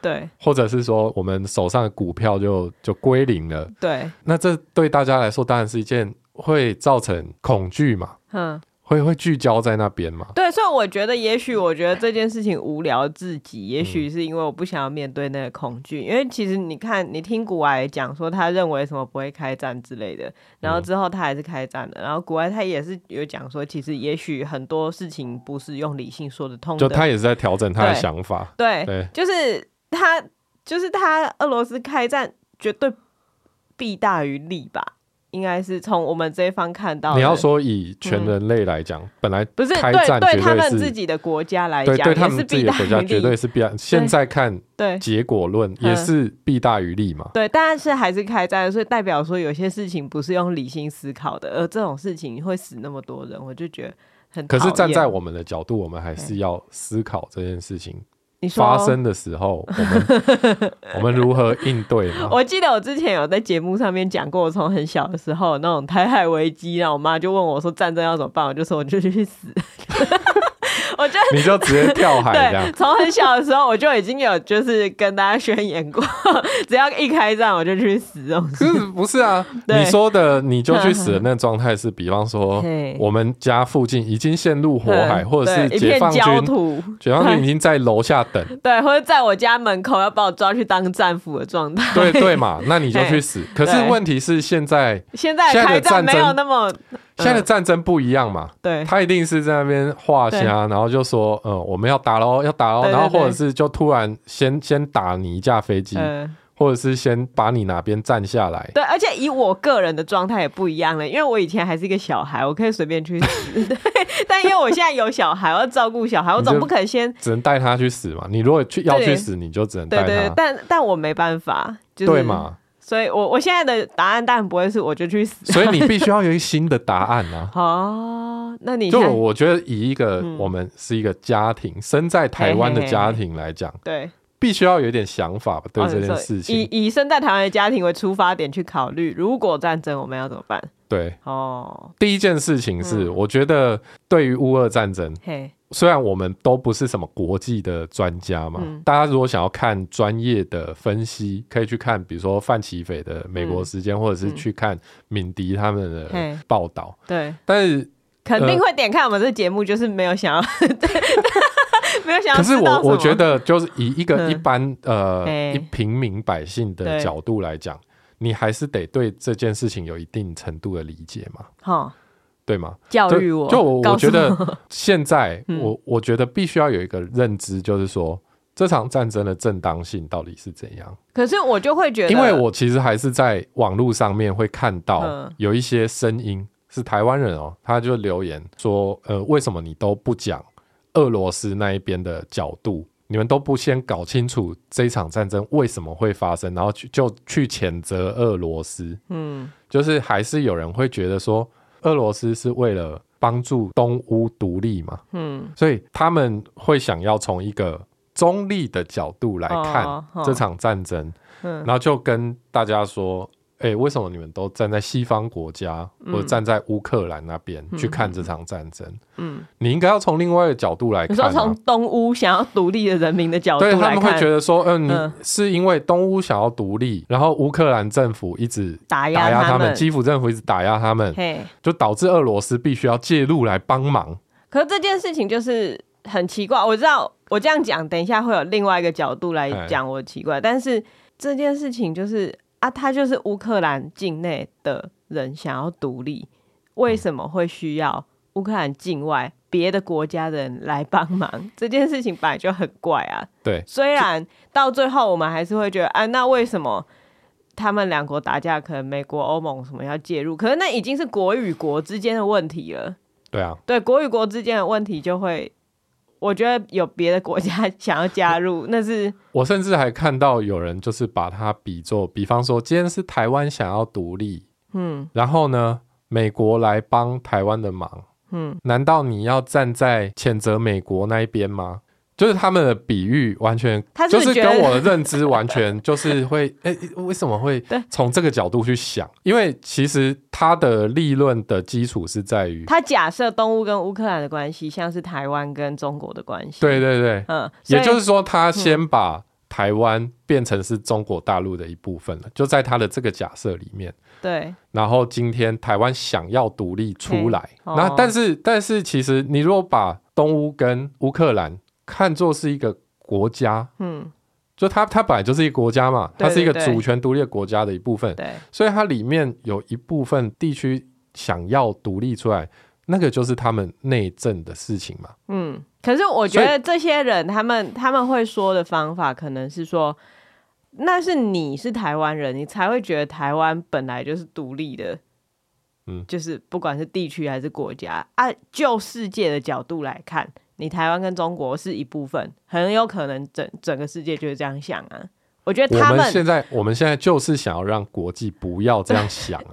[SPEAKER 1] 对，
[SPEAKER 2] 或者是说，我们手上的股票就就归零了，
[SPEAKER 1] 对，
[SPEAKER 2] 那这对大家来说当然是一件会造成恐惧嘛，
[SPEAKER 1] 嗯，
[SPEAKER 2] 会会聚焦在那边嘛。
[SPEAKER 1] 对，所以我觉得，也许我觉得这件事情无聊至极，也
[SPEAKER 2] 嗯
[SPEAKER 1] 许是因为我不想要面对那个恐惧。因为其实你看，你听古埃讲说他认为什么不会开战之类的，然
[SPEAKER 2] 嗯
[SPEAKER 1] 后之后他还是开战的。然后古埃他也是有讲说，其实也许很多事情不是用理性说得通的。
[SPEAKER 2] 就他也是在调整他的
[SPEAKER 1] 嗯对
[SPEAKER 2] 想法，
[SPEAKER 1] 对，
[SPEAKER 2] 对
[SPEAKER 1] 就是他，就是他，俄罗斯开战绝对弊大于利吧？应该是从我们这一方看到的。
[SPEAKER 2] 你要说以全人类来讲，本来
[SPEAKER 1] 不是
[SPEAKER 2] 开
[SPEAKER 1] 对
[SPEAKER 2] 战
[SPEAKER 1] 对
[SPEAKER 2] 绝
[SPEAKER 1] 他
[SPEAKER 2] 对
[SPEAKER 1] 们
[SPEAKER 2] 是
[SPEAKER 1] 自己的国家来讲，
[SPEAKER 2] 对对他
[SPEAKER 1] 也是
[SPEAKER 2] 们自己
[SPEAKER 1] 弊
[SPEAKER 2] 的
[SPEAKER 1] 大
[SPEAKER 2] 国
[SPEAKER 1] 于
[SPEAKER 2] 家
[SPEAKER 1] 利，嗯
[SPEAKER 2] 绝对是必然，现在看
[SPEAKER 1] 对
[SPEAKER 2] 结果论也是弊大于利嘛。
[SPEAKER 1] 对，但是还是开战，所以代表说有些事情不是用理性思考的，而这种事情会死那么多人，我就觉得很讨
[SPEAKER 2] 可
[SPEAKER 1] 厌。
[SPEAKER 2] 是站在我们的角度，我们还是要思考这件事情
[SPEAKER 1] 你说
[SPEAKER 2] 发，生的时候，我们 我们如何应对嘛？
[SPEAKER 1] 我记得我之前有在节目上面讲过，我从很小的时候那种台海危机，然后我妈就问我说战争要怎么办，我就说我就去死。 我就
[SPEAKER 2] 你就直接跳海这
[SPEAKER 1] 对，
[SPEAKER 2] 样。
[SPEAKER 1] 从很小的时候我就已经有就是跟大家宣言过， 只要一开战我就去死这种
[SPEAKER 2] 可是不是啊？
[SPEAKER 1] 对
[SPEAKER 2] 你说的你就去死的那状态是，比方说
[SPEAKER 1] 嘿
[SPEAKER 2] 我们家附近已经陷入火海，
[SPEAKER 1] 嗯
[SPEAKER 2] 或者
[SPEAKER 1] 对
[SPEAKER 2] 是
[SPEAKER 1] 一
[SPEAKER 2] 解
[SPEAKER 1] 片
[SPEAKER 2] 放
[SPEAKER 1] 焦
[SPEAKER 2] 军，
[SPEAKER 1] 土，
[SPEAKER 2] 解放军已经在楼下等。
[SPEAKER 1] 对，或者在我家门口要把我抓去当战俘的状态。
[SPEAKER 2] 对对嘛，那你就去死。可是
[SPEAKER 1] 对
[SPEAKER 2] 问题是现在
[SPEAKER 1] 现在
[SPEAKER 2] 现在
[SPEAKER 1] 开
[SPEAKER 2] 的
[SPEAKER 1] 战
[SPEAKER 2] 战
[SPEAKER 1] 没
[SPEAKER 2] 争
[SPEAKER 1] 有那么
[SPEAKER 2] 现在的战争不一样嘛，
[SPEAKER 1] 对
[SPEAKER 2] 他一定是在那边画
[SPEAKER 1] 嗯对
[SPEAKER 2] 虾，然后就说，嗯，我们要打喽，要打喽，
[SPEAKER 1] 对对
[SPEAKER 2] 然后或者
[SPEAKER 1] 对
[SPEAKER 2] 是就突然先先打你一架飞机，
[SPEAKER 1] 呃
[SPEAKER 2] 或者是先把你哪边占下来。
[SPEAKER 1] 对，而且以我个人的状态也不一样了，因为我以前还是一个小孩，我可以随便去死， 对，但因为我现在有小孩，我要照顾小孩，我
[SPEAKER 2] 你就
[SPEAKER 1] 总不可能先
[SPEAKER 2] 只能带他去死嘛！你如果去要去
[SPEAKER 1] 对
[SPEAKER 2] 死，你就只能
[SPEAKER 1] 对对
[SPEAKER 2] 带
[SPEAKER 1] 对，
[SPEAKER 2] 他，
[SPEAKER 1] 但但我没办法，就是
[SPEAKER 2] 对嘛？
[SPEAKER 1] 所以我我现在的答案当然不会是我就去死！
[SPEAKER 2] 所以你必须要有一个新的答案 啊
[SPEAKER 1] 哦，那 你
[SPEAKER 2] 就
[SPEAKER 1] 现在
[SPEAKER 2] 我觉得，以一个
[SPEAKER 1] 嗯
[SPEAKER 2] 我们是一个家庭，身在台湾的
[SPEAKER 1] 嘿嘿嘿
[SPEAKER 2] 家庭来讲，
[SPEAKER 1] 对
[SPEAKER 2] 必须要有一点想法吧，对
[SPEAKER 1] 哦
[SPEAKER 2] 这件
[SPEAKER 1] 所以
[SPEAKER 2] 事
[SPEAKER 1] 以
[SPEAKER 2] 情。
[SPEAKER 1] 以生在台湾的家庭为出发点去考虑，如果战争我们要怎么办？
[SPEAKER 2] 对，
[SPEAKER 1] 哦，
[SPEAKER 2] 第一件事情是，
[SPEAKER 1] 嗯
[SPEAKER 2] 我觉得对于乌俄战争，
[SPEAKER 1] 嘿，
[SPEAKER 2] 虽然我们都不是什么国际的专家嘛，
[SPEAKER 1] 嗯
[SPEAKER 2] 大家如果想要看专业的分析，可以去看，比如说范奇斐的《美国时间》或者是去看敏迪他们
[SPEAKER 1] 嗯嘿
[SPEAKER 2] 的报道。
[SPEAKER 1] 对。
[SPEAKER 2] 但是，
[SPEAKER 1] 肯
[SPEAKER 2] 呃
[SPEAKER 1] 定会点开我们这节目，就是没有想要， 没有想要
[SPEAKER 2] 可是
[SPEAKER 1] 知道
[SPEAKER 2] 我
[SPEAKER 1] 什么。
[SPEAKER 2] 我觉得，就是以一个
[SPEAKER 1] 嗯
[SPEAKER 2] 一般呃
[SPEAKER 1] 嘿
[SPEAKER 2] 一平民百姓的
[SPEAKER 1] 对
[SPEAKER 2] 角度来讲，你还是得对这件事情有一定程度的理解嘛，
[SPEAKER 1] 哈，
[SPEAKER 2] 对吗？
[SPEAKER 1] 教
[SPEAKER 2] 就
[SPEAKER 1] 育我，
[SPEAKER 2] 就我
[SPEAKER 1] 告诉
[SPEAKER 2] 我觉 得 现在
[SPEAKER 1] 嗯
[SPEAKER 2] 我我觉得必须要有一个认知，就是说这场战争的正当性到底是怎样？
[SPEAKER 1] 可是我就会觉得，
[SPEAKER 2] 因为我其实还是在网络上面会看到
[SPEAKER 1] 嗯
[SPEAKER 2] 有一些声音是台湾人哦，他就留言说，呃，为什么你都不讲俄罗斯那一边的角度你们都不先搞清楚这一场战争为什么会发生，然后去就去谴责俄罗斯，
[SPEAKER 1] 嗯，
[SPEAKER 2] 就是还是有人会觉得说，俄罗斯是为了帮助东乌独立嘛，
[SPEAKER 1] 嗯，
[SPEAKER 2] 所以他们会想要从一个中立的角度来看
[SPEAKER 1] 哦哦
[SPEAKER 2] 这场战争，
[SPEAKER 1] 嗯
[SPEAKER 2] 然后就跟大家说。哎、为什么你们都站在西方国家，或者站在乌克兰那边、去看这场战争？
[SPEAKER 1] 嗯，
[SPEAKER 2] 你应该要从另外一个角度来
[SPEAKER 1] 你
[SPEAKER 2] 看、啊。
[SPEAKER 1] 说从东乌想要独立的人民的角度
[SPEAKER 2] 对他
[SPEAKER 1] 来
[SPEAKER 2] 们会
[SPEAKER 1] 看，
[SPEAKER 2] 觉得说，嗯，
[SPEAKER 1] 嗯
[SPEAKER 2] 你是因为东乌想要独立，然后乌克兰政府一直
[SPEAKER 1] 打压
[SPEAKER 2] 打压
[SPEAKER 1] 他
[SPEAKER 2] 他
[SPEAKER 1] 们
[SPEAKER 2] 们，基辅政府一直打压他们，
[SPEAKER 1] 嘿，
[SPEAKER 2] 就导致俄罗斯必须要介入来帮忙。
[SPEAKER 1] 可是这件事情就是很奇怪，我知道我这样讲，等一下会有另外一个角度来讲我奇怪，但是这件事情就是啊，他就是乌克兰境内的人想要独立，为什么会需要乌克兰境外别的国家的人来帮忙？这件事情本来就很怪啊。
[SPEAKER 2] 对，
[SPEAKER 1] 虽然到最后我们还是会觉得，啊，那为什么？他们两国打架，可能美国、欧盟什么要介入，可是那已经是国与国之间的问题了。
[SPEAKER 2] 对啊，
[SPEAKER 1] 对国与国之间的问题就会，我觉得有别的国家 想要加入，那是
[SPEAKER 2] 我甚至还看到有人就是把它比作，比方说今天是台湾想要独立，
[SPEAKER 1] 嗯
[SPEAKER 2] 然后呢，美国来帮台湾的忙，
[SPEAKER 1] 嗯，
[SPEAKER 2] 难道你要站在谴责美国那一边吗？就是他们的比喻完全，
[SPEAKER 1] 他是
[SPEAKER 2] 就
[SPEAKER 1] 不是
[SPEAKER 2] 是
[SPEAKER 1] 觉得
[SPEAKER 2] 跟我的认知完全就是会， 哎、为什么会
[SPEAKER 1] 对
[SPEAKER 2] 从这个角度去想？因为其实他的立论的基础是在于，
[SPEAKER 1] 他假设东乌跟乌克兰的关系像是台湾跟中国的关系，
[SPEAKER 2] 对对对，
[SPEAKER 1] 嗯，所以嗯
[SPEAKER 2] 也就是说，他先把台湾变成是中国大陆的一部分了，就在他的这个假设里面。
[SPEAKER 1] 对，
[SPEAKER 2] 然后今天台湾想要独立出来，
[SPEAKER 1] 嘿哦
[SPEAKER 2] 那但是但是其实你如果把东乌跟乌克兰看作是一个国家，
[SPEAKER 1] 嗯
[SPEAKER 2] 就它它本来就是一个国家嘛，
[SPEAKER 1] 对
[SPEAKER 2] 它是一个
[SPEAKER 1] 对对
[SPEAKER 2] 主权独立的国家的一部分，
[SPEAKER 1] 对，
[SPEAKER 2] 所以它里面有一部分地区想要独立出来，那个就是他们内政的事情嘛。
[SPEAKER 1] 嗯，可是我觉
[SPEAKER 2] 所
[SPEAKER 1] 得这些人他们他们会说的方法可能是说。那是你是台湾人，你才会觉得台湾本来就是独立的，
[SPEAKER 2] 嗯
[SPEAKER 1] 就是不管是地区还是国家啊，就世界的角度来看，你台湾跟中国是一部分，很有可能整整个世界就是这样想啊。我觉得
[SPEAKER 2] 我
[SPEAKER 1] 他
[SPEAKER 2] 们
[SPEAKER 1] 们，
[SPEAKER 2] 现在我们现在就是想要让国际不要这样想 啊，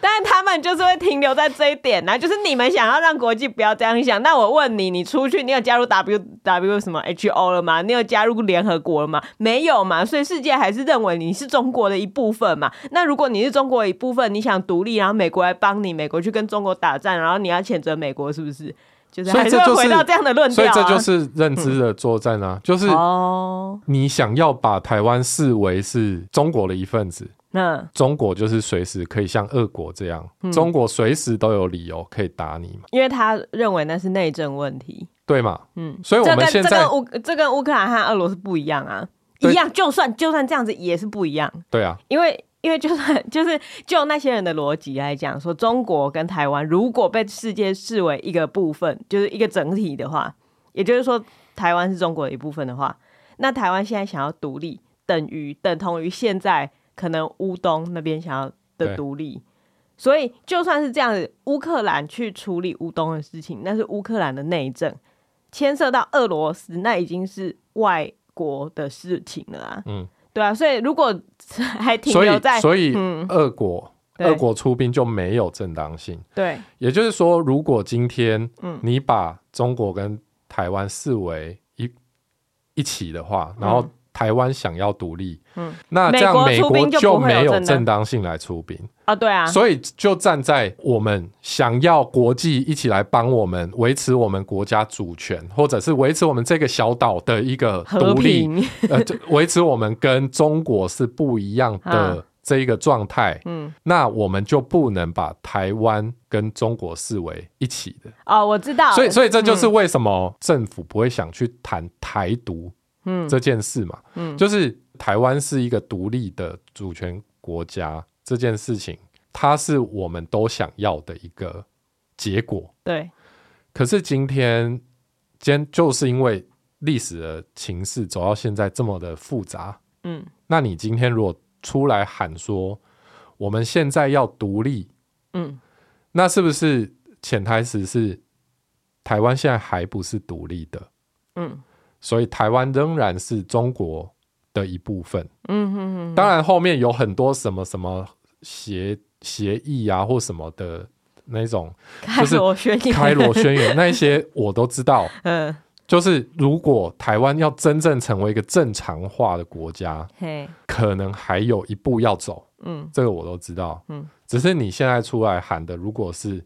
[SPEAKER 1] 但是他们就是会停留在这一点呢、就是你们想要让国际不要这样想。那我问你，你出去你有加入 W W 什么 H O 了吗？你有加入联合国了吗？没有嘛，所以世界还是认为你是中国的一部分嘛。那如果你是中国的一部分，你想独立，然后美国来帮你，美国去跟中国打仗，然后你要谴责美国，是不是？就是
[SPEAKER 2] 所以
[SPEAKER 1] 还
[SPEAKER 2] 这
[SPEAKER 1] 会
[SPEAKER 2] 就
[SPEAKER 1] 回
[SPEAKER 2] 是
[SPEAKER 1] 到这样的论
[SPEAKER 2] 所
[SPEAKER 1] 调、
[SPEAKER 2] 以
[SPEAKER 1] 啊
[SPEAKER 2] 这就是认知的作战啊，就是
[SPEAKER 1] 哦，
[SPEAKER 2] 你想要把台湾视为是中国的一份子，
[SPEAKER 1] 那
[SPEAKER 2] 中国就是随时可以像俄国这样，
[SPEAKER 1] 嗯
[SPEAKER 2] 中国随时都有理由可以打你嘛，
[SPEAKER 1] 因为他认为那是内政问题。
[SPEAKER 2] 对嘛？
[SPEAKER 1] 嗯，
[SPEAKER 2] 所以我
[SPEAKER 1] 这
[SPEAKER 2] 们
[SPEAKER 1] 跟
[SPEAKER 2] 现
[SPEAKER 1] 这
[SPEAKER 2] 在
[SPEAKER 1] 跟乌这跟乌克兰和俄罗斯不一样啊，
[SPEAKER 2] 对
[SPEAKER 1] 一样，就算就算这样子也是不一样，
[SPEAKER 2] 对啊，
[SPEAKER 1] 因为因为就算 就是就那些人的逻辑来讲，说中国跟台湾如果被世界视为一个部分，就是一个整体的话，也就是说台湾是中国的一部分的话，那台湾现在想要独立，等于等同于现在可能乌东那边想要的
[SPEAKER 2] 对
[SPEAKER 1] 独立。所以，就算是这样子，乌克兰去处理乌东的事情，那是乌克兰的内政，牵涉到俄罗斯，那已经是外国的事情了啊。
[SPEAKER 2] 嗯，
[SPEAKER 1] 对啊，所以如果 还停
[SPEAKER 2] 所
[SPEAKER 1] 留
[SPEAKER 2] 以
[SPEAKER 1] 在
[SPEAKER 2] 所以
[SPEAKER 1] 嗯
[SPEAKER 2] 俄国
[SPEAKER 1] 对
[SPEAKER 2] 俄国出兵就没有正当性，
[SPEAKER 1] 对
[SPEAKER 2] 也就是说，如果今天
[SPEAKER 1] 嗯
[SPEAKER 2] 你把中国跟台湾视为一一起的话，然后台湾想要独立，
[SPEAKER 1] 嗯
[SPEAKER 2] 那这样
[SPEAKER 1] 美
[SPEAKER 2] 美
[SPEAKER 1] 国出兵
[SPEAKER 2] 国
[SPEAKER 1] 就不会有
[SPEAKER 2] 没有
[SPEAKER 1] 正当
[SPEAKER 2] 正当性来出兵。
[SPEAKER 1] 啊，对啊，
[SPEAKER 2] 所以就站在我们想要国际一起来帮我们维持我们国家主权，或者是维持我们这个小岛的一个
[SPEAKER 1] 和
[SPEAKER 2] 独立，
[SPEAKER 1] 平，
[SPEAKER 2] 呃，就维持我们跟中国是不一样
[SPEAKER 1] 啊
[SPEAKER 2] 的这一个状态。
[SPEAKER 1] 嗯，
[SPEAKER 2] 那我们就不能把台湾跟中国视为一起的，
[SPEAKER 1] 哦，我知道，
[SPEAKER 2] 所以，所以这就是
[SPEAKER 1] 嗯
[SPEAKER 2] 为什么政府不会想去谈台独
[SPEAKER 1] 嗯
[SPEAKER 2] 这件事嘛，
[SPEAKER 1] 嗯
[SPEAKER 2] 就是台湾是一个独立的主权国家这件事情，它是我们都想要的一个结果。
[SPEAKER 1] 对，
[SPEAKER 2] 可是今天，今天就是因为历史的情势走到现在这么的复杂，
[SPEAKER 1] 嗯
[SPEAKER 2] 那你今天如果出来喊说我们现在要独立，
[SPEAKER 1] 嗯，
[SPEAKER 2] 那是不是潜台词是台湾现在还不是独立的？
[SPEAKER 1] 嗯，
[SPEAKER 2] 所以台湾仍然是中国的一部分。
[SPEAKER 1] 嗯哼哼，
[SPEAKER 2] 当然，后面有很多什么什么协协议啊，或什么的 那种
[SPEAKER 1] 开罗宣言，
[SPEAKER 2] 开罗宣言，那一些我都知道。
[SPEAKER 1] 嗯，
[SPEAKER 2] 就是如果台湾要真正成为一个正常化的国家，
[SPEAKER 1] 嘿，
[SPEAKER 2] 可能还有一步要走，
[SPEAKER 1] 嗯
[SPEAKER 2] 这个我都知道。
[SPEAKER 1] 嗯
[SPEAKER 2] 只是你现在出来喊的，如果是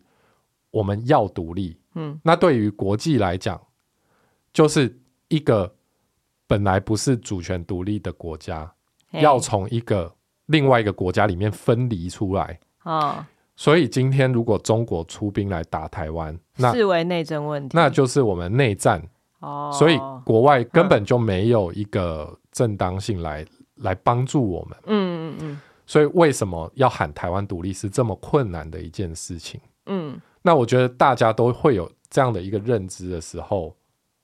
[SPEAKER 2] 我们要独立，
[SPEAKER 1] 嗯
[SPEAKER 2] 那对于国际来讲，就是一个本来不是主权独立的国家，
[SPEAKER 1] 嘿
[SPEAKER 2] 要从一个另外一个国家里面分离出来。
[SPEAKER 1] 哦，
[SPEAKER 2] 所以今天如果中国出兵来打台湾，那
[SPEAKER 1] 视为内政问题，
[SPEAKER 2] 那就是我们内战，
[SPEAKER 1] 哦，嗯
[SPEAKER 2] 所以国外根本就没有一个正当性来来帮助我们。
[SPEAKER 1] 嗯嗯嗯
[SPEAKER 2] 所以为什么要喊台湾独立是这么困难的一件事情？
[SPEAKER 1] 嗯，
[SPEAKER 2] 那我觉得大家都会有这样的一个认知的时候，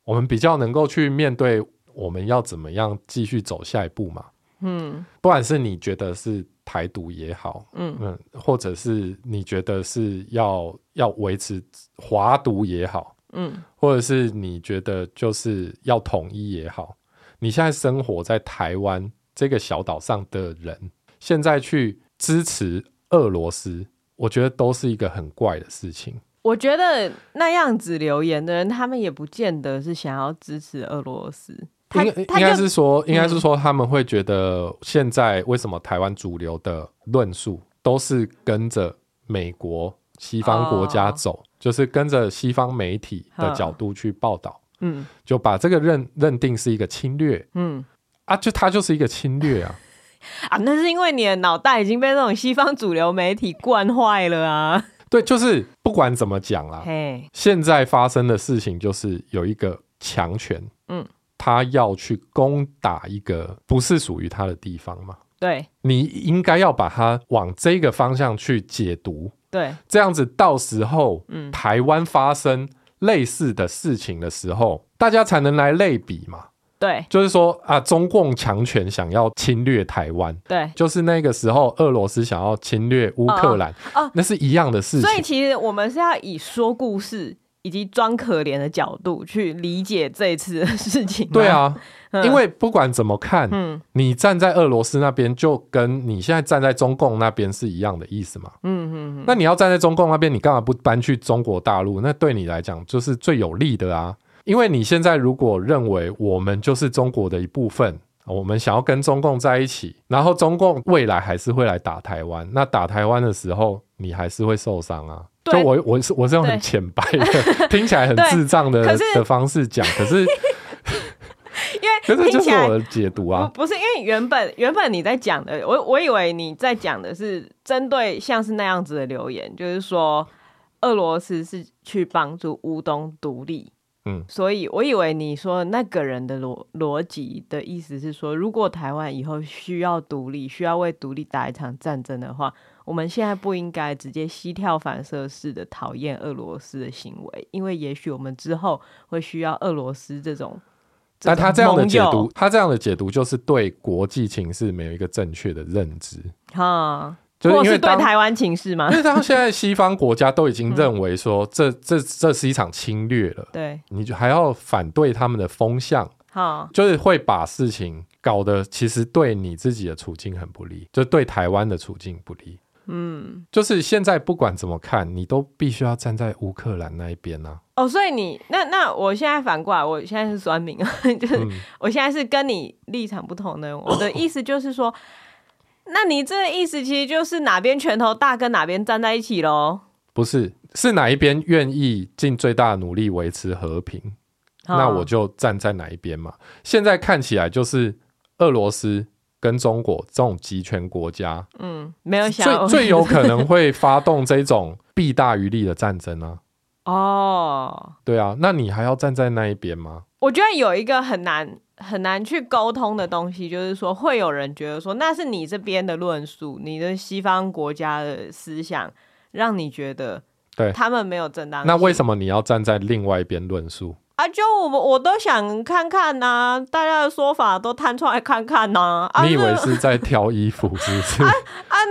[SPEAKER 2] 我们比较能够去面对我们要怎么样继续走下一步嘛。
[SPEAKER 1] 嗯，
[SPEAKER 2] 不管是你觉得是台独也好，
[SPEAKER 1] 嗯
[SPEAKER 2] 嗯，或者是你觉得是要要维持华独也好，
[SPEAKER 1] 嗯
[SPEAKER 2] 或者是你觉得就是要统一也好，你现在生活在台湾这个小岛上的人，现在去支持俄罗斯，我觉得都是一个很怪的事情。
[SPEAKER 1] 我觉得那样子留言的人，他们也不见得是想要支持俄罗斯，
[SPEAKER 2] 应
[SPEAKER 1] 他
[SPEAKER 2] 该应
[SPEAKER 1] 他
[SPEAKER 2] 该
[SPEAKER 1] 就是嗯
[SPEAKER 2] 说，应该是说他们会觉得现在为什么台湾主流的论述都是跟着美国西方国家
[SPEAKER 1] 哦
[SPEAKER 2] 走，就是跟着西方媒体的
[SPEAKER 1] 嗯
[SPEAKER 2] 角度去报道，
[SPEAKER 1] 嗯
[SPEAKER 2] 就把这个认认定是一个侵略
[SPEAKER 1] 嗯
[SPEAKER 2] 啊，就它就是一个侵略啊。
[SPEAKER 1] 啊，那是因为你的脑袋已经被那种西方主流媒体惯坏了啊，
[SPEAKER 2] 对，就是不管怎么讲啦，
[SPEAKER 1] 嘿，
[SPEAKER 2] 现在发生的事情就是有一个强权，
[SPEAKER 1] 嗯，
[SPEAKER 2] 他要去攻打一个不是属于他的地方嘛。
[SPEAKER 1] 对
[SPEAKER 2] 你应该要把它往这个方向去解读，
[SPEAKER 1] 对，
[SPEAKER 2] 这样子到时候，
[SPEAKER 1] 嗯
[SPEAKER 2] 台湾发生类似的事情的时候，大家才能来类比嘛。
[SPEAKER 1] 对
[SPEAKER 2] 就是说啊，中共强权想要侵略台湾，
[SPEAKER 1] 对，
[SPEAKER 2] 就是那个时候俄罗斯想要侵略乌克兰，
[SPEAKER 1] 哦哦
[SPEAKER 2] 那是一样的事
[SPEAKER 1] 所以
[SPEAKER 2] 情。
[SPEAKER 1] 其实我们是要以说故事以及装可怜的角度去理解这一次的事情。
[SPEAKER 2] 对，啊，
[SPEAKER 1] 嗯
[SPEAKER 2] 因为不管怎么看，
[SPEAKER 1] 嗯
[SPEAKER 2] 你站在俄罗斯那边，就跟你现在站在中共那边是一样的意思嘛。
[SPEAKER 1] 嗯嗯
[SPEAKER 2] 那你要站在中共那边，你干嘛不搬去中国大陆？那对你来讲就是最有利的啊，因为你现在如果认为我们就是中国的一部分。我们想要跟中共在一起，然后中共未来还是会来打台湾。那打台湾的时候，你还是会受伤啊。
[SPEAKER 1] 对
[SPEAKER 2] 就我我是我是用很
[SPEAKER 1] 对
[SPEAKER 2] 浅白的， 听起来很
[SPEAKER 1] 对
[SPEAKER 2] 智障的
[SPEAKER 1] 可是
[SPEAKER 2] 的方式讲，可是
[SPEAKER 1] 因
[SPEAKER 2] 可
[SPEAKER 1] 为听
[SPEAKER 2] 是就
[SPEAKER 1] 起
[SPEAKER 2] 是
[SPEAKER 1] 来
[SPEAKER 2] 我的解读啊。
[SPEAKER 1] 不不是因为原本原本你在讲的，我我以为你在讲的是针对像是那样子的留言，就是说俄罗斯是去帮助乌东独立。
[SPEAKER 2] 嗯
[SPEAKER 1] 所以我以为你说那个人的逻逻辑的意思是说，如果台湾以后需要独立，需要为独立打一场战争的话，我们现在不应该直接膝跳反射式的讨厌俄罗斯的行为，因为也许我们之后会需要俄罗斯这种。
[SPEAKER 2] 但他这样的解
[SPEAKER 1] 种盟
[SPEAKER 2] 读
[SPEAKER 1] 友，，
[SPEAKER 2] 他这样的解读就是对国际情势没有一个正确的认知，
[SPEAKER 1] 哈，
[SPEAKER 2] 就是
[SPEAKER 1] 或
[SPEAKER 2] 因为
[SPEAKER 1] 是对
[SPEAKER 2] 当
[SPEAKER 1] 台湾嗯情势吗
[SPEAKER 2] 因？为当现在西方国家都已经认为说这这这是一场侵略了，
[SPEAKER 1] 对，
[SPEAKER 2] 你就还要反对他们的风向，
[SPEAKER 1] 哈，
[SPEAKER 2] 就是会把事情搞得其实对你自己的处境很不利，就对台湾的处境不利。
[SPEAKER 1] 嗯，
[SPEAKER 2] 就是现在不管怎么看，你都必须要站在乌克兰那一边啊。
[SPEAKER 1] 哦，所以你那那我现在反过来，我现在是酸民啊， 就是、
[SPEAKER 2] 嗯
[SPEAKER 1] 我现在是跟你立场不同的人。我的意思就是说，那你这个意思其实就是哪边拳头大跟哪边站在一起喽。
[SPEAKER 2] 不是，是哪一边愿意尽最大的努力维持和平，
[SPEAKER 1] 哦
[SPEAKER 2] 那我就站在哪一边嘛。现在看起来就是俄罗斯跟中国这种集权国家，
[SPEAKER 1] 嗯没有想
[SPEAKER 2] 最最有可能会发动这种弊大于利的战争啊。
[SPEAKER 1] 哦，
[SPEAKER 2] 对啊，那你还要站在那一边吗？
[SPEAKER 1] 我觉得有一个很难很难去沟通的东西，就是说会有人觉得说那是你这边的论述，你的西方国家的思想让你觉得
[SPEAKER 2] 对
[SPEAKER 1] 他们没有正当性。
[SPEAKER 2] 那为什么你要站在另外一边论述？
[SPEAKER 1] 啊？就我们我都想看看呐、大家的说法都摊出来看看呐、啊。
[SPEAKER 2] 你以为
[SPEAKER 1] 那
[SPEAKER 2] 是在挑衣服是不是？
[SPEAKER 1] 啊？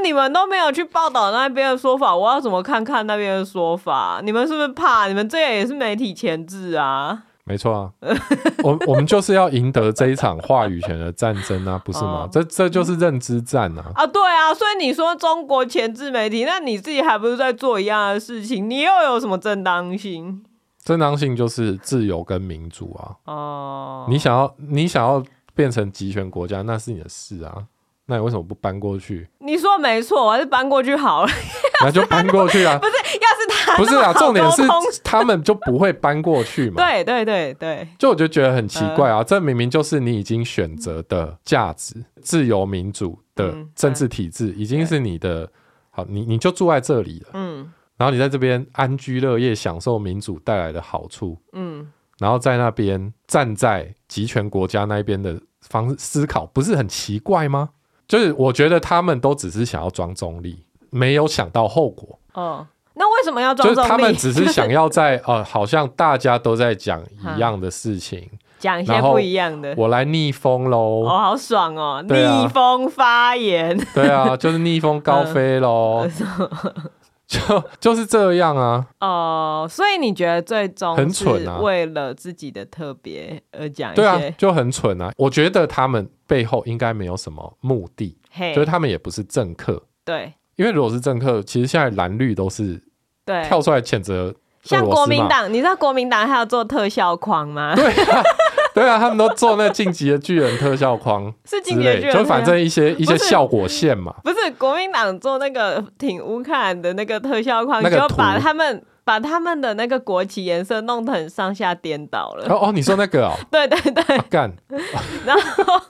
[SPEAKER 1] 你们都没有去报道那边的说法，我要怎么看看那边的说法？你们是不是怕？你们这也是媒体前置啊？
[SPEAKER 2] 没错啊，我我们就是要赢得这一场话语权的战争啊，不是吗？
[SPEAKER 1] 哦
[SPEAKER 2] 这这就是认知战啊。
[SPEAKER 1] 啊，对啊，所以你说中国前置媒体，那你自己还不是在做一样的事情？你又有什么正当性？
[SPEAKER 2] 正当性就是自由跟民主啊。
[SPEAKER 1] 哦，
[SPEAKER 2] 你想要你想要变成集权国家，那是你的事啊。那你为什么不搬过去？
[SPEAKER 1] 你说没错，我还是搬过去好了。
[SPEAKER 2] 那就 搬过去啊！
[SPEAKER 1] 不是，要是他
[SPEAKER 2] 不是啊，
[SPEAKER 1] 那么好
[SPEAKER 2] 重点是
[SPEAKER 1] 沟通
[SPEAKER 2] 他们就不会搬过去嘛。
[SPEAKER 1] 对嗯对对对，
[SPEAKER 2] 就我就觉得很奇怪啊，这明明就是你已经选择的价值，自由民主的
[SPEAKER 1] 嗯
[SPEAKER 2] 政治体制，已经是你的。好，你你就住在这里了，
[SPEAKER 1] 嗯
[SPEAKER 2] 然后你在这边安居乐业，享受民主带来的好处，
[SPEAKER 1] 嗯，
[SPEAKER 2] 然后在那边站在集权国家那边的方式思考，不是很奇怪吗？就是我觉得他们都只是想要装中立，没有想到后果，
[SPEAKER 1] 哦，那为什么要
[SPEAKER 2] 就
[SPEAKER 1] 装
[SPEAKER 2] 是
[SPEAKER 1] 中立？
[SPEAKER 2] 他们只是想 要在呃，好像大家都在讲一样的事情，
[SPEAKER 1] 讲一些
[SPEAKER 2] 然后
[SPEAKER 1] 不一样的。
[SPEAKER 2] 我来逆风喽。
[SPEAKER 1] 哦，好爽哦！
[SPEAKER 2] 对啊
[SPEAKER 1] 逆风发言，
[SPEAKER 2] 对啊，就是逆风高飞喽，
[SPEAKER 1] 嗯
[SPEAKER 2] 就就是这样啊。
[SPEAKER 1] 哦、所以你觉得最终
[SPEAKER 2] 很
[SPEAKER 1] 是
[SPEAKER 2] 蠢啊
[SPEAKER 1] 为了自己的特别而讲一
[SPEAKER 2] 对啊
[SPEAKER 1] 些，
[SPEAKER 2] 就很蠢啊。我觉得他们背后应该没有什么目的，
[SPEAKER 1] 嘿，
[SPEAKER 2] 就是他们也不是政客，
[SPEAKER 1] 对
[SPEAKER 2] 因为如果是政客，其实现在蓝绿都是
[SPEAKER 1] 对，
[SPEAKER 2] 跳出来谴责俄
[SPEAKER 1] 像
[SPEAKER 2] 罗
[SPEAKER 1] 国
[SPEAKER 2] 斯
[SPEAKER 1] 民
[SPEAKER 2] 嘛。
[SPEAKER 1] 党，你知道国民党还要做特效框吗？
[SPEAKER 2] 对啊，对啊，他们都做那晋级的巨人特效框
[SPEAKER 1] 是
[SPEAKER 2] 之
[SPEAKER 1] 进阶
[SPEAKER 2] 类，
[SPEAKER 1] 剧，
[SPEAKER 2] 就反正一些一些
[SPEAKER 1] 不是
[SPEAKER 2] 效果线嘛。
[SPEAKER 1] 不是国民党做那个挺乌克兰的那个特效框，
[SPEAKER 2] 那个
[SPEAKER 1] 就把
[SPEAKER 2] 图
[SPEAKER 1] 他们把他们的那个国旗颜色弄得很上下颠倒了。
[SPEAKER 2] 哦哦，你说那个哦，
[SPEAKER 1] 对对对，
[SPEAKER 2] 啊干，
[SPEAKER 1] 然后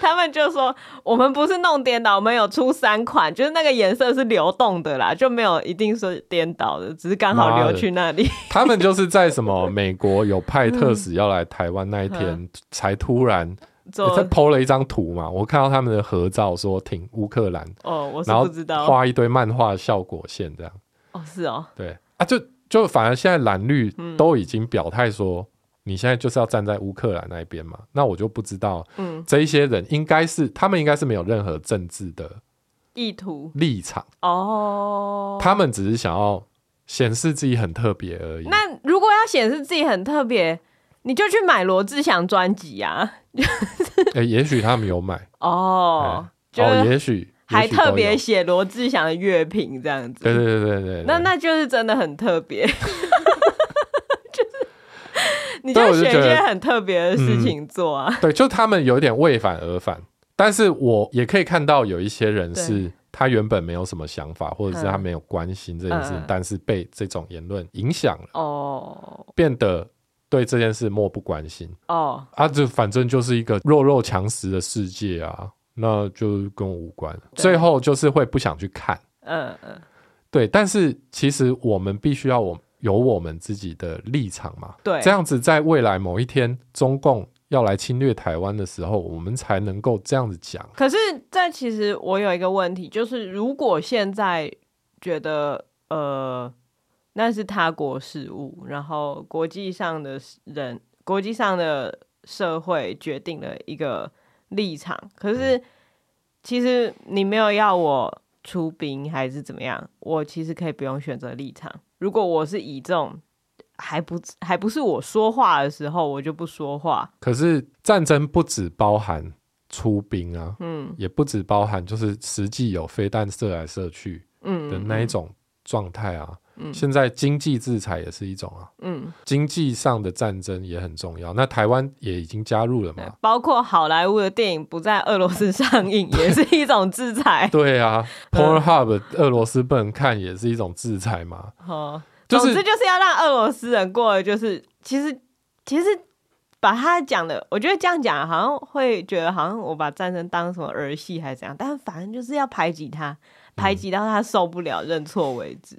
[SPEAKER 1] 他们就说我们不是弄颠倒，我们有出三款，就是那个颜色是流动的啦，就没有一定是颠倒的，只是刚好流去那 里。
[SPEAKER 2] 他们就是在什么美国有派特使要来台湾那一天，才突然
[SPEAKER 1] 嗯做
[SPEAKER 2] 他 PO 了一张图嘛，我看到他们的合照，说挺乌克兰，
[SPEAKER 1] 哦，我是
[SPEAKER 2] 然
[SPEAKER 1] 不
[SPEAKER 2] 后
[SPEAKER 1] 知道
[SPEAKER 2] 画一堆漫画效果线这样，
[SPEAKER 1] 哦，是哦，
[SPEAKER 2] 对啊，就就反而现在蓝绿
[SPEAKER 1] 嗯
[SPEAKER 2] 都已经表态说，你现在就是要站在乌克兰那一边嘛，那我就不知道
[SPEAKER 1] 嗯，
[SPEAKER 2] 这一些人应该是他们应该是没有任何政治的
[SPEAKER 1] 意图
[SPEAKER 2] 立场，
[SPEAKER 1] 哦。
[SPEAKER 2] 他们只是想要显示自己很特别而已。
[SPEAKER 1] 那如果要显示自己很特别，你就去买罗志祥专辑啊。
[SPEAKER 2] 诶也许他们有买
[SPEAKER 1] 哦，就
[SPEAKER 2] 哦，
[SPEAKER 1] 是
[SPEAKER 2] 也许
[SPEAKER 1] 还
[SPEAKER 2] 也许
[SPEAKER 1] 特
[SPEAKER 2] 都
[SPEAKER 1] 别
[SPEAKER 2] 有
[SPEAKER 1] 写罗志祥的乐评这样子。
[SPEAKER 2] 对对对对对对，
[SPEAKER 1] 那那就是真的很特 别，就是你
[SPEAKER 2] 对
[SPEAKER 1] 就
[SPEAKER 2] 我就
[SPEAKER 1] 选
[SPEAKER 2] 觉
[SPEAKER 1] 一些
[SPEAKER 2] 得嗯
[SPEAKER 1] 很特别的事情做啊。
[SPEAKER 2] 对，就他们有点为反而反，但是我也可以看到有一些人是他原本没有什么想法，或者是他没有关心这件事情，
[SPEAKER 1] 嗯
[SPEAKER 2] 但是被这种言论影响了，
[SPEAKER 1] 哦
[SPEAKER 2] 变得对这件事漠不关心
[SPEAKER 1] 哦，
[SPEAKER 2] 啊，这反正就是一个弱肉强食的世界啊，那就跟我无关。
[SPEAKER 1] 对
[SPEAKER 2] 最后就是会不想去看，
[SPEAKER 1] 嗯嗯，
[SPEAKER 2] 对，但是其实我们必须要我有我们自己的立场嘛，
[SPEAKER 1] 对，
[SPEAKER 2] 这样子，在未来某一天中共要来侵略台湾的时候，我们才能够这样子讲。
[SPEAKER 1] 可是这其实我有一个问题，就是如果现在觉得呃那是他国事务，然后国际上的人、国际上的社会决定了一个立场，可是其实你没有要我出兵还是怎么样，我其实可以不用选择立场。如果我是以这种还不还不是我说话的时候，我就不说话。
[SPEAKER 2] 可是战争不只包含出兵啊，
[SPEAKER 1] 嗯
[SPEAKER 2] 也不只包含就是实际有飞弹射来射去
[SPEAKER 1] 嗯
[SPEAKER 2] 的那一种状态啊。
[SPEAKER 1] 嗯
[SPEAKER 2] 现在经济制裁也是一种啊，
[SPEAKER 1] 嗯。
[SPEAKER 2] 经济上的战争也很重要。那台湾也已经加入了
[SPEAKER 1] 对
[SPEAKER 2] 嘛？，
[SPEAKER 1] 包括好莱坞的电影不在俄罗斯上映， 也是一种制裁。
[SPEAKER 2] 对啊
[SPEAKER 1] 嗯
[SPEAKER 2] ，Pornhub 俄罗斯不能看也是一种制裁嘛。
[SPEAKER 1] 哦，
[SPEAKER 2] 就是
[SPEAKER 1] 总之就是要让俄罗斯人过的，就是其实其实把他讲的，我觉得这样讲好像会觉得好像我把战争当什么儿戏还是怎样，但反正就是要排挤他，
[SPEAKER 2] 嗯
[SPEAKER 1] 排挤到他受不了、认错为止。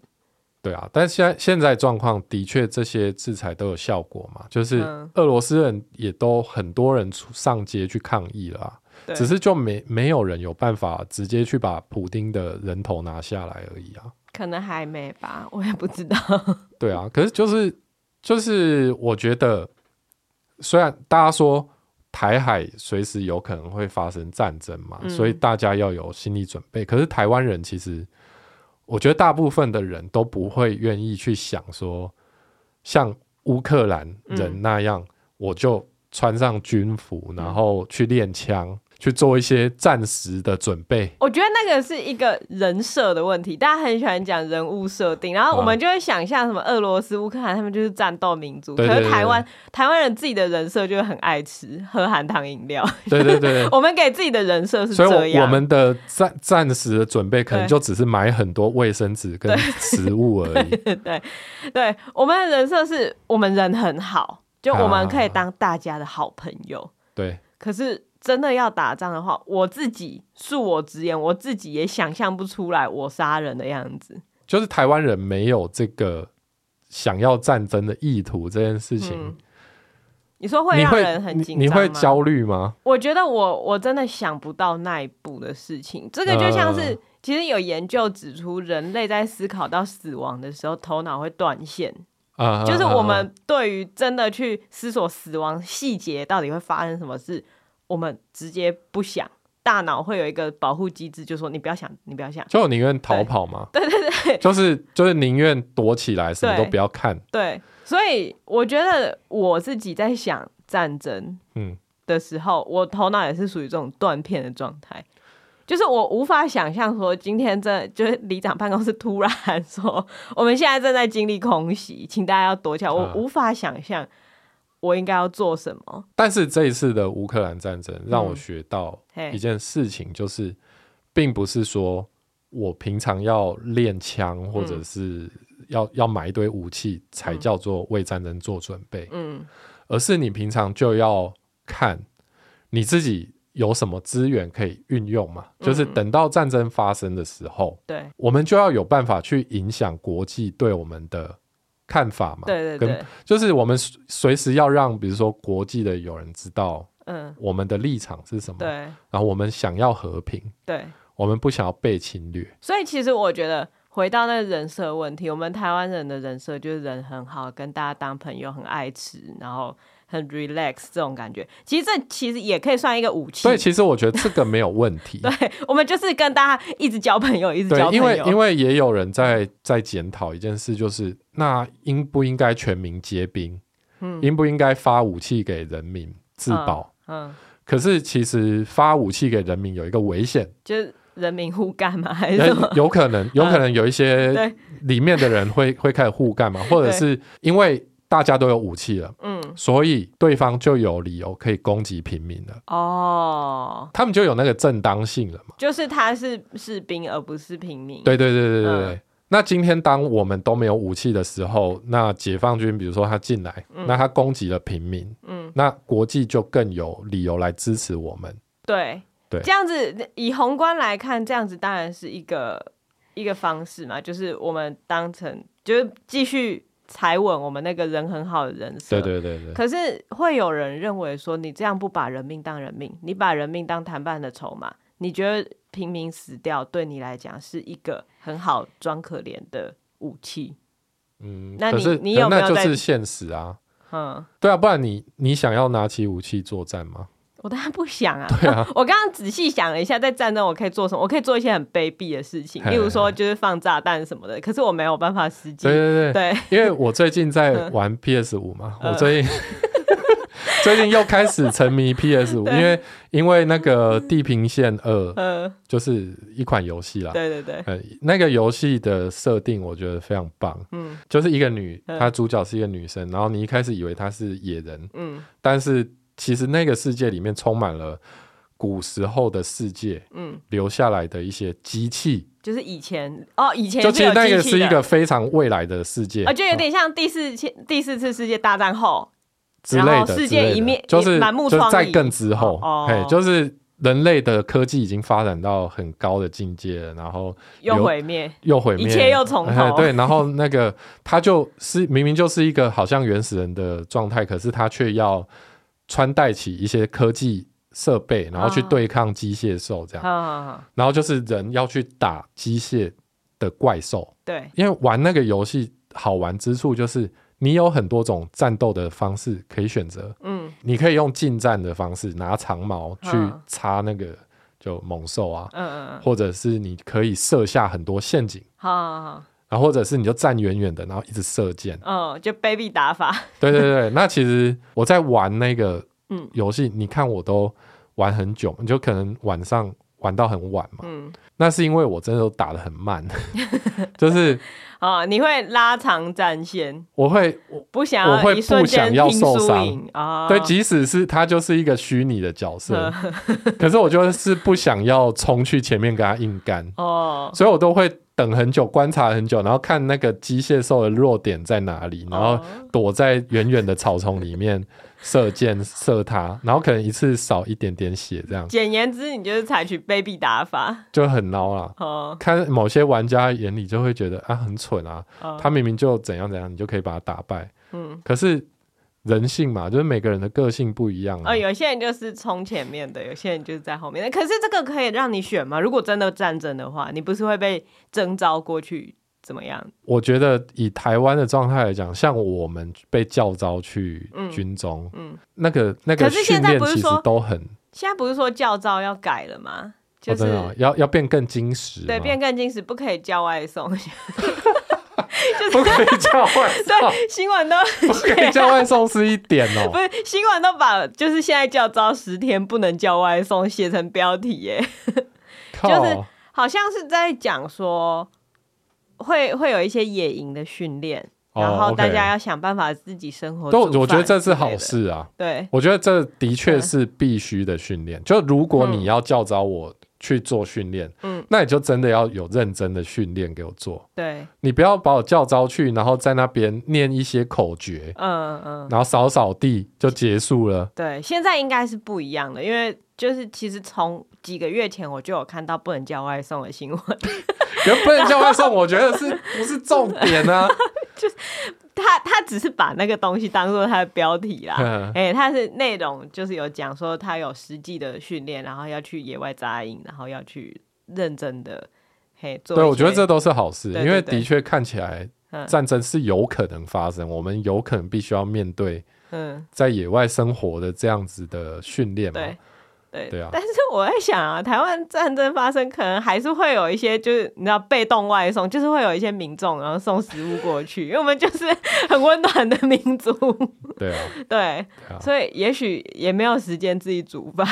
[SPEAKER 2] 对啊，但现在现在状况的确这些制裁都有效果嘛，就是
[SPEAKER 1] 嗯
[SPEAKER 2] 俄罗斯人也都很多人出上街去抗议了、啊，
[SPEAKER 1] 对，
[SPEAKER 2] 只是就没没有人有办法直接去把普丁的人头拿下来而已啊。
[SPEAKER 1] 可能还没吧，我也不知道。
[SPEAKER 2] 对啊，可是就是就是我觉得，虽然大家说台海随时有可能会发生战争嘛，
[SPEAKER 1] 嗯
[SPEAKER 2] 所以大家要有心理准备。可是台湾人其实，我觉得大部分的人都不会愿意去想说，像乌克兰人那样，我就穿上军服，然后去练枪，去做一些战时的准备。
[SPEAKER 1] 我觉得那个是一个人设的问题，大家很喜欢讲人物设定，然后我们就会想象什么俄罗斯、乌克兰，他们就是战斗民族，
[SPEAKER 2] 对对
[SPEAKER 1] 可
[SPEAKER 2] 对
[SPEAKER 1] 是台湾台湾人自己的人设就是很爱吃喝含糖饮料，
[SPEAKER 2] 对对对，
[SPEAKER 1] 我们给自己的人设是
[SPEAKER 2] 所以
[SPEAKER 1] 这
[SPEAKER 2] 我，我
[SPEAKER 1] 样。
[SPEAKER 2] 们的暂暂时的准备可能
[SPEAKER 1] 对
[SPEAKER 2] 就只是买很多卫生纸跟食物而已。
[SPEAKER 1] 对对，我们的人设是我们人很好，就我们可以
[SPEAKER 2] 啊
[SPEAKER 1] 当大家的好朋友。
[SPEAKER 2] 对，
[SPEAKER 1] 可是真的要打仗的话，我自己恕我直言，我自己也想象不出来我杀人的样子。
[SPEAKER 2] 就是台湾人没有这个想要战争的意图这件事情，
[SPEAKER 1] 嗯你说会
[SPEAKER 2] 你
[SPEAKER 1] 让
[SPEAKER 2] 会
[SPEAKER 1] 人很
[SPEAKER 2] 你
[SPEAKER 1] 紧
[SPEAKER 2] 你
[SPEAKER 1] 张吗？
[SPEAKER 2] 会焦虑吗？
[SPEAKER 1] 我觉得我我真的想不到那一步的事情。这个就像是，
[SPEAKER 2] 嗯
[SPEAKER 1] 其实有研究指出，人类在思考到死亡的时候，头脑会断线，
[SPEAKER 2] 啊、
[SPEAKER 1] 就是
[SPEAKER 2] 啊
[SPEAKER 1] 我
[SPEAKER 2] 啊
[SPEAKER 1] 们对于真的去思索死亡细节到底会发生什么事，我们直接不想，大脑会有一个保护机制，就说你不要想，你不要想。
[SPEAKER 2] 就宁愿逃跑嘛。对对对，就是就是宁愿躲起来，什么都
[SPEAKER 1] 对
[SPEAKER 2] 不要看。
[SPEAKER 1] 对，所以我觉得我自己在想战争
[SPEAKER 2] 嗯，
[SPEAKER 1] 的时候，我头脑也是属于这种断片的状态，就是我无法想象说今天这就是里长办公室突然 说我们现在正在经历空袭，请大家要躲起来，我
[SPEAKER 2] 啊
[SPEAKER 1] 无法想象我应该要做什么。
[SPEAKER 2] 但是这一次的乌克兰战争让我
[SPEAKER 1] 嗯
[SPEAKER 2] 学到
[SPEAKER 1] 嘿
[SPEAKER 2] 一件事情，就是并不是说我平常要练枪或者是要、要买一堆武器才叫做为战争做准备，
[SPEAKER 1] 嗯
[SPEAKER 2] 而是你平常就要看你自己有什么资源可以运用嘛。就是
[SPEAKER 1] 嗯
[SPEAKER 2] 等到战争发生的时候，
[SPEAKER 1] 对
[SPEAKER 2] 我们就要有办法去影响国际对我们的看法嘛。
[SPEAKER 1] 对对
[SPEAKER 2] 跟
[SPEAKER 1] 对，
[SPEAKER 2] 就是我们随随时要让，比如说国际的有人知道
[SPEAKER 1] 嗯，
[SPEAKER 2] 我们的立场是什么，
[SPEAKER 1] 对
[SPEAKER 2] 然后我们想要和平，
[SPEAKER 1] 对。
[SPEAKER 2] 我们不想要被侵略。
[SPEAKER 1] 所以其实我觉得，回到那个人设问题，我们台湾人的人设就是人很好，跟大家当朋友，很爱吃，然后很 relax 这种感觉。其实这其实也可以算一个武器
[SPEAKER 2] 所以。其实我觉得这个没有问题，
[SPEAKER 1] 对，我们就是跟大家一直交朋友，一直交
[SPEAKER 2] 对，
[SPEAKER 1] 朋
[SPEAKER 2] 因
[SPEAKER 1] 友。
[SPEAKER 2] 为因为也有人在在检讨一件事，就是那应不应该全民皆兵，
[SPEAKER 1] 嗯
[SPEAKER 2] 应不应该发武器给人民自保？
[SPEAKER 1] 嗯，
[SPEAKER 2] 可是其实发武器给人民有一个危险，
[SPEAKER 1] 就是人民互干嘛还是
[SPEAKER 2] 呃
[SPEAKER 1] 什么？
[SPEAKER 2] 有可能，有可能有一些
[SPEAKER 1] 嗯对
[SPEAKER 2] 里面的人会会开始互 干嘛，或者
[SPEAKER 1] 对
[SPEAKER 2] 是因为大家都有武器了，
[SPEAKER 1] 嗯，
[SPEAKER 2] 所以对方就有理由可以攻击平民了，
[SPEAKER 1] 哦，
[SPEAKER 2] 他们就有那个正当性了嘛。
[SPEAKER 1] 就是他是士兵而不是平民。
[SPEAKER 2] 对对对对对对。
[SPEAKER 1] 嗯
[SPEAKER 2] 那今天当我们都没有武器的时候，那解放军比如说他进来，那他攻击了平民，
[SPEAKER 1] 嗯
[SPEAKER 2] 那国际就更有理由来支持我们。
[SPEAKER 1] 对
[SPEAKER 2] 对
[SPEAKER 1] 这样子以宏观来看，这样子当然是一个一个方式嘛，就是我们当成就是继续踩稳我们那个人很好的人设。
[SPEAKER 2] 对。对对对，
[SPEAKER 1] 啊可是会有人认为说，你这样不把人命当人命，你把人命当谈判的筹码，你觉得平民死掉对你来讲是一个很好装可怜的武器？
[SPEAKER 2] 嗯，
[SPEAKER 1] 那
[SPEAKER 2] 可
[SPEAKER 1] 你
[SPEAKER 2] 是
[SPEAKER 1] 你
[SPEAKER 2] 可
[SPEAKER 1] 有没
[SPEAKER 2] 那
[SPEAKER 1] 有
[SPEAKER 2] 就
[SPEAKER 1] 在
[SPEAKER 2] 是现实啊。
[SPEAKER 1] 嗯，
[SPEAKER 2] 对啊，不然你你想要拿起武器作战吗？
[SPEAKER 1] 我当然不想啊。
[SPEAKER 2] 对啊，
[SPEAKER 1] 我刚刚仔细想了一下，在战争我可以做什么？我可以做一些很卑鄙的事情，
[SPEAKER 2] 嘿
[SPEAKER 1] 例如说就是放炸弹什么的。可是我没有办法实际
[SPEAKER 2] 对对对，
[SPEAKER 1] 对
[SPEAKER 2] 因为我最近在
[SPEAKER 1] 嗯
[SPEAKER 2] 玩 PS 五嘛，
[SPEAKER 1] 嗯
[SPEAKER 2] 我最近 最近又开始沉迷 PS 五，因为因为那个《地平线二》
[SPEAKER 1] 呃，
[SPEAKER 2] 就是一款游戏啦。
[SPEAKER 1] 对对对，
[SPEAKER 2] 呃，那个游戏的设定我觉得非常棒，
[SPEAKER 1] 嗯
[SPEAKER 2] 就是一个女，
[SPEAKER 1] 嗯
[SPEAKER 2] 她主角是一个女生，然后你一开始以为她是野人，
[SPEAKER 1] 嗯
[SPEAKER 2] 但是其实那个世界里面充满了古时候的世界
[SPEAKER 1] 嗯，
[SPEAKER 2] 留下来的一些机器，
[SPEAKER 1] 就是以前哦，以前
[SPEAKER 2] 就其
[SPEAKER 1] 是
[SPEAKER 2] 实
[SPEAKER 1] 有
[SPEAKER 2] 那个
[SPEAKER 1] 机器
[SPEAKER 2] 是
[SPEAKER 1] 的
[SPEAKER 2] 一个嗯非常未来的世界，
[SPEAKER 1] 啊，就有点像第四次第四次世界大战后，
[SPEAKER 2] 之类
[SPEAKER 1] 然
[SPEAKER 2] 的，
[SPEAKER 1] 后
[SPEAKER 2] 之
[SPEAKER 1] 世界
[SPEAKER 2] 类的
[SPEAKER 1] 一面
[SPEAKER 2] 就是
[SPEAKER 1] 满目
[SPEAKER 2] 就
[SPEAKER 1] 疮痍
[SPEAKER 2] 在更之后，
[SPEAKER 1] 哦
[SPEAKER 2] 嘿，就是人类的科技已经发展到很高的境界了，然后
[SPEAKER 1] 又
[SPEAKER 2] 有
[SPEAKER 1] 毁灭，
[SPEAKER 2] 又毁灭，
[SPEAKER 1] 一切又从头
[SPEAKER 2] 哎对，然后那个他就是明明就是一个好像原始人的状态，可是他却要穿戴起一些科技设备，然后去
[SPEAKER 1] 啊
[SPEAKER 2] 对抗机械兽这样，
[SPEAKER 1] 啊，
[SPEAKER 2] 然后就是人要去打机械的怪兽，
[SPEAKER 1] 对，
[SPEAKER 2] 因为玩那个游戏好玩之处就是你有很多种战斗的方式可以选择。
[SPEAKER 1] 嗯
[SPEAKER 2] 你可以用近战的方式拿长矛去
[SPEAKER 1] 嗯
[SPEAKER 2] 插那个就猛兽啊，
[SPEAKER 1] 嗯嗯嗯，
[SPEAKER 2] 或者是你可以设下很多陷阱，
[SPEAKER 1] 好好好，
[SPEAKER 2] 然后或者是你就站远远的，然后一直射箭。
[SPEAKER 1] 嗯，就卑鄙打法，
[SPEAKER 2] 对对 对，那其实我在玩那个
[SPEAKER 1] 嗯
[SPEAKER 2] 游戏，你看我都玩很久，你就可能晚上玩到很晚嘛。
[SPEAKER 1] 嗯，
[SPEAKER 2] 那是因为我真的都打的很慢， 就是
[SPEAKER 1] 啊，你会拉长战线，
[SPEAKER 2] 我 会我
[SPEAKER 1] 不想
[SPEAKER 2] 我会
[SPEAKER 1] 要一瞬
[SPEAKER 2] 不想
[SPEAKER 1] 间
[SPEAKER 2] 要
[SPEAKER 1] 拼
[SPEAKER 2] 受
[SPEAKER 1] 输
[SPEAKER 2] 伤
[SPEAKER 1] 赢啊，
[SPEAKER 2] 对，即使是他就是一个虚拟的角色，可是我就是不想要冲去前面跟他硬干，
[SPEAKER 1] 哦，
[SPEAKER 2] 所以我都会等很久，观察很久，然后看那个机械兽的弱点在哪
[SPEAKER 1] 哦
[SPEAKER 2] 里，然后躲在远远的草丛里面射箭射它，然后可能一次少一点点血，这样
[SPEAKER 1] 简言之，你就是采取卑鄙打法，
[SPEAKER 2] 就很孬啦。
[SPEAKER 1] 哦，
[SPEAKER 2] 看某些玩家眼里就会觉得啊很蠢啊，
[SPEAKER 1] 哦
[SPEAKER 2] 他明明就怎样怎样，你就可以把他打败。
[SPEAKER 1] 嗯，
[SPEAKER 2] 可是人性嘛，就是每个人的个性不一样、啊。
[SPEAKER 1] 哦，有些人就是冲前面的，有些人就是在后面的。可是这个可以让你选吗？如果真的战争的话，你不是会被征召过去怎么样？
[SPEAKER 2] 我觉得以台湾的状态来讲，像我们被叫招去军中，
[SPEAKER 1] 嗯嗯
[SPEAKER 2] 那个那个
[SPEAKER 1] 可是
[SPEAKER 2] 训
[SPEAKER 1] 现在
[SPEAKER 2] 练
[SPEAKER 1] 不是
[SPEAKER 2] 其实
[SPEAKER 1] 说
[SPEAKER 2] 都很，
[SPEAKER 1] 现在不是说教招要改了吗？就
[SPEAKER 2] 哦
[SPEAKER 1] 是、
[SPEAKER 2] 真的哦要要变更精实嘛，
[SPEAKER 1] 对，变更精实，不可以叫外送。
[SPEAKER 2] 不可以叫外送，
[SPEAKER 1] 对，新闻都
[SPEAKER 2] 不可以叫外送是一点哦
[SPEAKER 1] 不。是新闻都把就是现在教招十天不能叫外送写成标题耶，
[SPEAKER 2] 靠，哦
[SPEAKER 1] 好像是在讲说会会有一些野营的训练。
[SPEAKER 2] 哦
[SPEAKER 1] 然后大
[SPEAKER 2] OK
[SPEAKER 1] 家要想办法自己生活。
[SPEAKER 2] 都
[SPEAKER 1] 煮
[SPEAKER 2] 我觉得
[SPEAKER 1] 饭
[SPEAKER 2] 这是
[SPEAKER 1] 之类
[SPEAKER 2] 好
[SPEAKER 1] 的。
[SPEAKER 2] 事啊。
[SPEAKER 1] 对，
[SPEAKER 2] 我觉得这的确是必须的训练。就如果
[SPEAKER 1] 嗯
[SPEAKER 2] 你要叫招我去做训练，
[SPEAKER 1] 嗯，
[SPEAKER 2] 那你就真的要有认真的训练给我做。
[SPEAKER 1] 对，
[SPEAKER 2] 你不要把我叫招去，然后在那边念一些口诀，
[SPEAKER 1] 嗯嗯，
[SPEAKER 2] 然后扫扫地就结束了。
[SPEAKER 1] 对，现在应该是不一样的，因为就是其实从几个月前我就有看到不能叫外送的新闻，
[SPEAKER 2] 原本叫外送，我觉得是不是重 点啊？
[SPEAKER 1] 他他只是把那个东西当做他的标题啦。
[SPEAKER 2] 嗯
[SPEAKER 1] 哎、他是内容就是有讲说他有实际的训练，然后要去野外扎营，然后要去认真的嘿做一些。
[SPEAKER 2] 对，我觉得这都是好事，
[SPEAKER 1] 对
[SPEAKER 2] 因为
[SPEAKER 1] 对对
[SPEAKER 2] 的确看起来
[SPEAKER 1] 嗯
[SPEAKER 2] 战争是有可能发生，我们有可能必须要面对
[SPEAKER 1] 嗯
[SPEAKER 2] 在野外生活的这样子的训练嘛。
[SPEAKER 1] 对对
[SPEAKER 2] 对啊
[SPEAKER 1] 但是我在想啊，台湾战争发生，可能还是会有一些，就是你知道被动外送，就是会有一些民众然后送食物过去，因为我们就是 很温暖的民族，
[SPEAKER 2] 对啊，
[SPEAKER 1] 对，
[SPEAKER 2] 对啊啊
[SPEAKER 1] 所以也许也没有时间自己煮饭，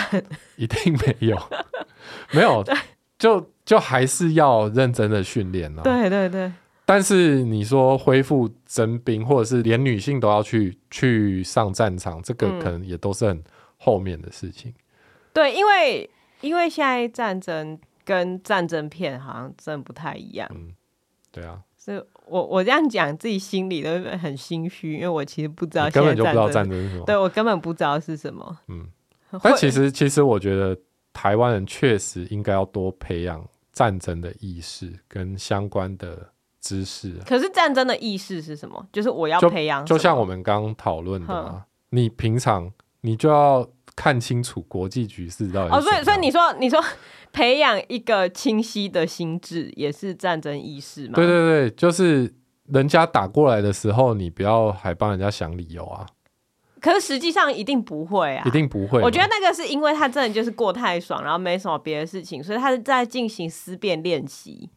[SPEAKER 2] 一定没有， 没有，就就还是要认真的训练啊。
[SPEAKER 1] 对对对，
[SPEAKER 2] 但是你说恢复征兵，或者是连女性都要去去上战场，这个
[SPEAKER 1] 嗯
[SPEAKER 2] 可能也都是很后面的事情。
[SPEAKER 1] 对，因为因为现在战争跟战争片好像真的不太一样，
[SPEAKER 2] 对啊，
[SPEAKER 1] 所以我我这样讲自己心里都很心虚，因为我其实不知道
[SPEAKER 2] 你根本就不
[SPEAKER 1] 啊现在战
[SPEAKER 2] 知道战
[SPEAKER 1] 争，
[SPEAKER 2] 争是什么。
[SPEAKER 1] 对我根本不知道是什么，
[SPEAKER 2] 嗯，
[SPEAKER 1] 会
[SPEAKER 2] 但其实其实我觉得台湾人确实应该要多培养战争的意识跟相关的知识啊、
[SPEAKER 1] 可是战争的意识是什么？就是我要
[SPEAKER 2] 就
[SPEAKER 1] 培养什
[SPEAKER 2] 就
[SPEAKER 1] 么，
[SPEAKER 2] 像我们刚刚讨论的嘛，你平常你就要看清楚国际局势到底是
[SPEAKER 1] 哦，所以
[SPEAKER 2] 怎
[SPEAKER 1] 所以
[SPEAKER 2] 样
[SPEAKER 1] 你说你说 培养一个清晰的心智，也是战争意识嘛？
[SPEAKER 2] 对对对，就是人家打过来的时候，你不要还帮人家想理由啊，
[SPEAKER 1] 可是实际上一定不会啊，
[SPEAKER 2] 一。定不会嘛。
[SPEAKER 1] 我觉得那个是因为他真的就是过太爽，然后没什么别的事情，所以他是在进行思辨练习。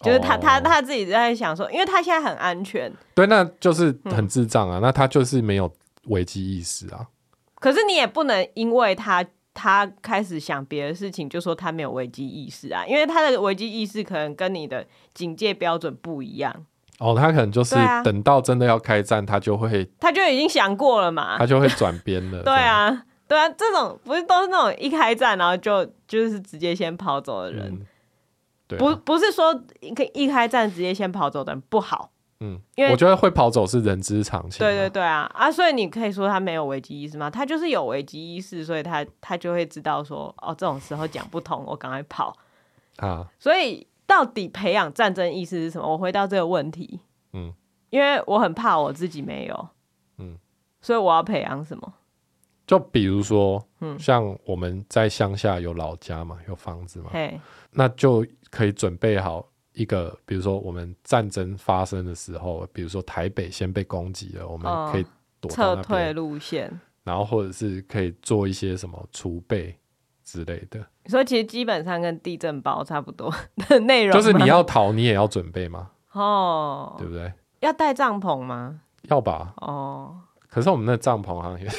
[SPEAKER 1] 就是他、
[SPEAKER 2] 哦
[SPEAKER 1] 他他自己在想说，因为他现在很安全，
[SPEAKER 2] 对，那就是
[SPEAKER 1] 嗯
[SPEAKER 2] 很智障啊，那他就是没有危机意识啊。
[SPEAKER 1] 可是你也不能因为他他开始想别的事情，就说他没有危机意识啊，因为他的危机意识可能跟你的警戒标准不一样，
[SPEAKER 2] 哦，他可能就是
[SPEAKER 1] 对啊
[SPEAKER 2] 等到真的要开战，他就会
[SPEAKER 1] 他就已经想过了嘛。
[SPEAKER 2] 他就会转边了。
[SPEAKER 1] 啊 对啊，对啊，这种不是都是那种一开战然后就就是直接先跑走的
[SPEAKER 2] 这样，
[SPEAKER 1] 人，
[SPEAKER 2] 嗯对
[SPEAKER 1] 不
[SPEAKER 2] 啊，
[SPEAKER 1] 不是说一一开战直接先跑走的人不好。
[SPEAKER 2] 嗯
[SPEAKER 1] 因，为
[SPEAKER 2] 我觉得会跑走是人之常情啊。
[SPEAKER 1] 对对对啊啊！所以你可以说他没有危机意识吗？他就是有危机意识，所以他他就会知道说哦，这种时候讲不通，我赶快跑。
[SPEAKER 2] 啊，
[SPEAKER 1] 所以到底培养战争意识是什么？我回到这个问题，
[SPEAKER 2] 嗯，
[SPEAKER 1] 因为我很怕我自己没有，
[SPEAKER 2] 嗯，
[SPEAKER 1] 所以我要培养什么？
[SPEAKER 2] 就比如说，
[SPEAKER 1] 嗯
[SPEAKER 2] 像我们在乡下有老家嘛，有房子嘛，
[SPEAKER 1] 嘿，
[SPEAKER 2] 那就可以准备好一个，比如说我们战争发生的时候，比如说台北先被攻击了，我们
[SPEAKER 1] 哦
[SPEAKER 2] 可以躲到
[SPEAKER 1] 撤
[SPEAKER 2] 那
[SPEAKER 1] 退
[SPEAKER 2] 边，
[SPEAKER 1] 路线。
[SPEAKER 2] 然后或者是可以做一些什么储备之类的，
[SPEAKER 1] 你说其实基本上跟地震包差不多的内容吗，
[SPEAKER 2] 就是你要逃，你也要准备嘛。
[SPEAKER 1] 哦，
[SPEAKER 2] 对不对？
[SPEAKER 1] 要带帐篷吗？
[SPEAKER 2] 要吧？
[SPEAKER 1] 哦，
[SPEAKER 2] 可是我们那帐篷好像也，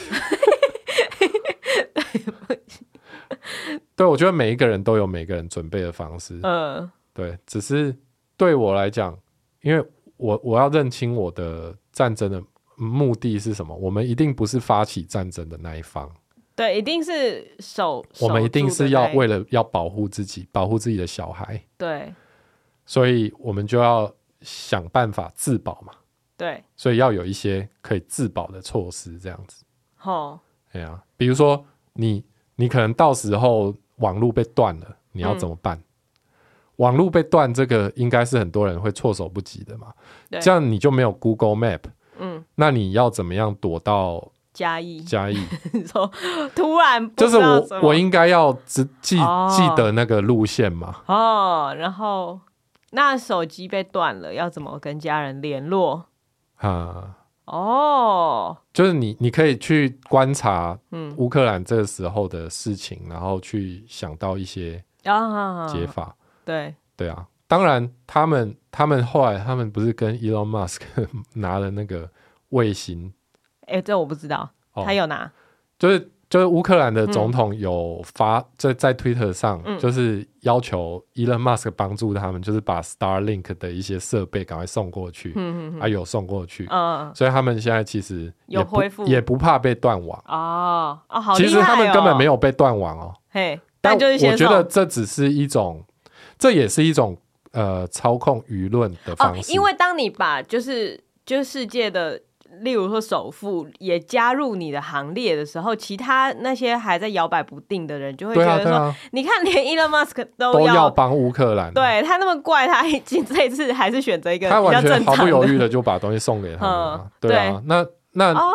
[SPEAKER 2] 对，我觉得每一个人都有每个人准备的方式，
[SPEAKER 1] 呃，
[SPEAKER 2] 对，只是对我来讲，因为我我要认清我的战争的目的是什么，我们一定不是发起战争的那一方，
[SPEAKER 1] 对，一定是守，
[SPEAKER 2] 我们一定是要为
[SPEAKER 1] 了
[SPEAKER 2] 了要保护自己，保护自己的小孩，
[SPEAKER 1] 对
[SPEAKER 2] 所以我们就要想办法自保嘛，
[SPEAKER 1] 对，
[SPEAKER 2] 所以要有一些可以自保的措施，这样子。
[SPEAKER 1] 吼，
[SPEAKER 2] 哎呀、比如说你你可能到时候网络被断了，你要怎么
[SPEAKER 1] 嗯
[SPEAKER 2] 办？网络被断，这个应该是很多人会措手不及的嘛。
[SPEAKER 1] 对
[SPEAKER 2] 这样你就没有 Google Map，
[SPEAKER 1] 嗯，
[SPEAKER 2] 那你要怎么样躲到
[SPEAKER 1] 嘉义，
[SPEAKER 2] 嘉义？
[SPEAKER 1] 你 说突然不
[SPEAKER 2] 就
[SPEAKER 1] 知
[SPEAKER 2] 是
[SPEAKER 1] 道
[SPEAKER 2] 我
[SPEAKER 1] 怎么
[SPEAKER 2] 我应该要只记、
[SPEAKER 1] 哦
[SPEAKER 2] 记得那个路线嘛。
[SPEAKER 1] 哦，然后那手机被断了，要怎么跟家人联络？
[SPEAKER 2] 啊，
[SPEAKER 1] 哦，
[SPEAKER 2] 就是你你可以去观察
[SPEAKER 1] 嗯
[SPEAKER 2] 乌克兰这时候的事情，然后去想到一些
[SPEAKER 1] 啊，
[SPEAKER 2] 解法。
[SPEAKER 1] 对，
[SPEAKER 2] 对啊，当然，他们他们后来他们不是跟 Elon Musk 拿了那个卫星，
[SPEAKER 1] 哎，这我不知道，
[SPEAKER 2] 哦
[SPEAKER 1] 他有拿，
[SPEAKER 2] 就是就是乌克兰的总统有发在、在 Twitter 上，
[SPEAKER 1] 嗯
[SPEAKER 2] 就是要求 Elon Musk 帮助他们，就是把 Starlink 的一些设备赶快送过去，
[SPEAKER 1] 嗯嗯
[SPEAKER 2] 啊有送过去，
[SPEAKER 1] 嗯，
[SPEAKER 2] 所以他们现在其实也
[SPEAKER 1] 有
[SPEAKER 2] 不
[SPEAKER 1] 恢复
[SPEAKER 2] 也不怕被断网，
[SPEAKER 1] 哦哦，好
[SPEAKER 2] 其
[SPEAKER 1] 厉
[SPEAKER 2] 实他们
[SPEAKER 1] 害
[SPEAKER 2] 根本没
[SPEAKER 1] 哦，
[SPEAKER 2] 有被断网哦，
[SPEAKER 1] 嘿，但
[SPEAKER 2] 但
[SPEAKER 1] 就是
[SPEAKER 2] 我
[SPEAKER 1] 先
[SPEAKER 2] 觉得
[SPEAKER 1] 送哦
[SPEAKER 2] 这只是一种，这也是一种呃操控舆论的
[SPEAKER 1] 哦
[SPEAKER 2] 方，式，
[SPEAKER 1] 因为当你把就是就是世界的。例如说，首富也加入你的行列的时候，其他那些还在摇摆不定的人就会觉
[SPEAKER 2] 对啊
[SPEAKER 1] 得
[SPEAKER 2] 对
[SPEAKER 1] 说：“
[SPEAKER 2] 啊。
[SPEAKER 1] 你看，连 Elon Musk 都
[SPEAKER 2] 都要
[SPEAKER 1] 要
[SPEAKER 2] 帮乌克兰，，
[SPEAKER 1] 对他那么怪，他已经这一次还是选择一个
[SPEAKER 2] 他
[SPEAKER 1] 比较
[SPEAKER 2] 完全
[SPEAKER 1] 正
[SPEAKER 2] 毫
[SPEAKER 1] 常的。
[SPEAKER 2] 不犹 豫的就把东西送给他们啊
[SPEAKER 1] 嗯，
[SPEAKER 2] 对啊，那那
[SPEAKER 1] 哦，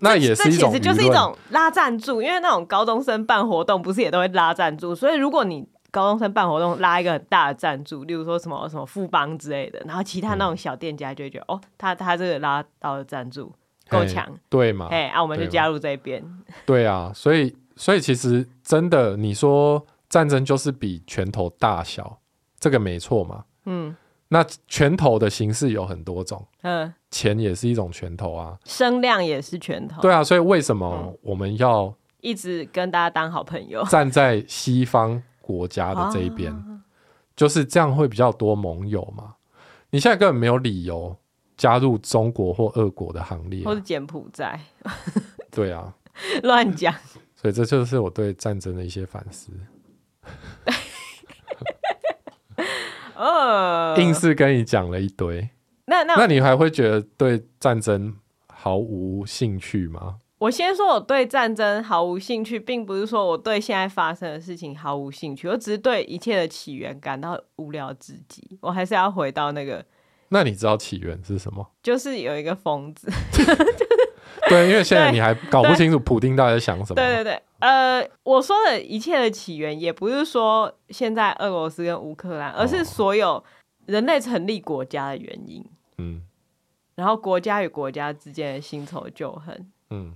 [SPEAKER 2] 那也
[SPEAKER 1] 这
[SPEAKER 2] 是一
[SPEAKER 1] 其
[SPEAKER 2] 种
[SPEAKER 1] 实就是一
[SPEAKER 2] 舆论，
[SPEAKER 1] 种拉赞助，因为那种高中生办活动不是也都会拉赞助，所以如果你高中生办活动拉一个很大的赞助，例如说什么什么富邦之类的，然后其他那种小店家就会觉得、哦，他他这个拉到的赞助够
[SPEAKER 2] 嘿
[SPEAKER 1] 强，
[SPEAKER 2] 对嘛？
[SPEAKER 1] 哎、啊，我们就
[SPEAKER 2] 对
[SPEAKER 1] 加入这一边，
[SPEAKER 2] 对啊，所以所以其实真的，你说战争就是比拳头大小，这个没错嘛。
[SPEAKER 1] 嗯
[SPEAKER 2] 那拳头的形式有很多种，
[SPEAKER 1] 嗯，
[SPEAKER 2] 钱也是一种拳头啊，
[SPEAKER 1] 声量也是拳头，
[SPEAKER 2] 对啊，所以为什
[SPEAKER 1] 嗯
[SPEAKER 2] 么我们要
[SPEAKER 1] 一直跟大家当好朋 友，
[SPEAKER 2] 站在西方国家的这一边？
[SPEAKER 1] 哦
[SPEAKER 2] 就是这样会比较多盟友嘛。你现在根本没有理由加入中国或俄国的行列啊、
[SPEAKER 1] 或是柬埔寨
[SPEAKER 2] 对啊，
[SPEAKER 1] 乱讲。
[SPEAKER 2] 所以这就是我对战争的一些反思。
[SPEAKER 1] 呃，
[SPEAKER 2] 硬是跟你讲了一堆，
[SPEAKER 1] 那那
[SPEAKER 2] 那你还会觉得对战争毫无兴趣吗？
[SPEAKER 1] 我先说，我对战争毫无兴趣，并不是说我对现在发生的事情毫无兴趣，我只是对一切的起源感到无聊至极。我还是要回到那个，
[SPEAKER 2] 那你知道起源是什么？
[SPEAKER 1] 就是有一个疯子，
[SPEAKER 2] 对，因为现在你还搞不
[SPEAKER 1] 对
[SPEAKER 2] 清楚普丁到底在想什么。
[SPEAKER 1] 对对对，呃，我说的一切的起源，也不是说现在俄罗斯跟乌克兰，而是所有人类成立国家的原因，
[SPEAKER 2] 嗯
[SPEAKER 1] 然后国家与国家之间的新仇旧恨。
[SPEAKER 2] 嗯，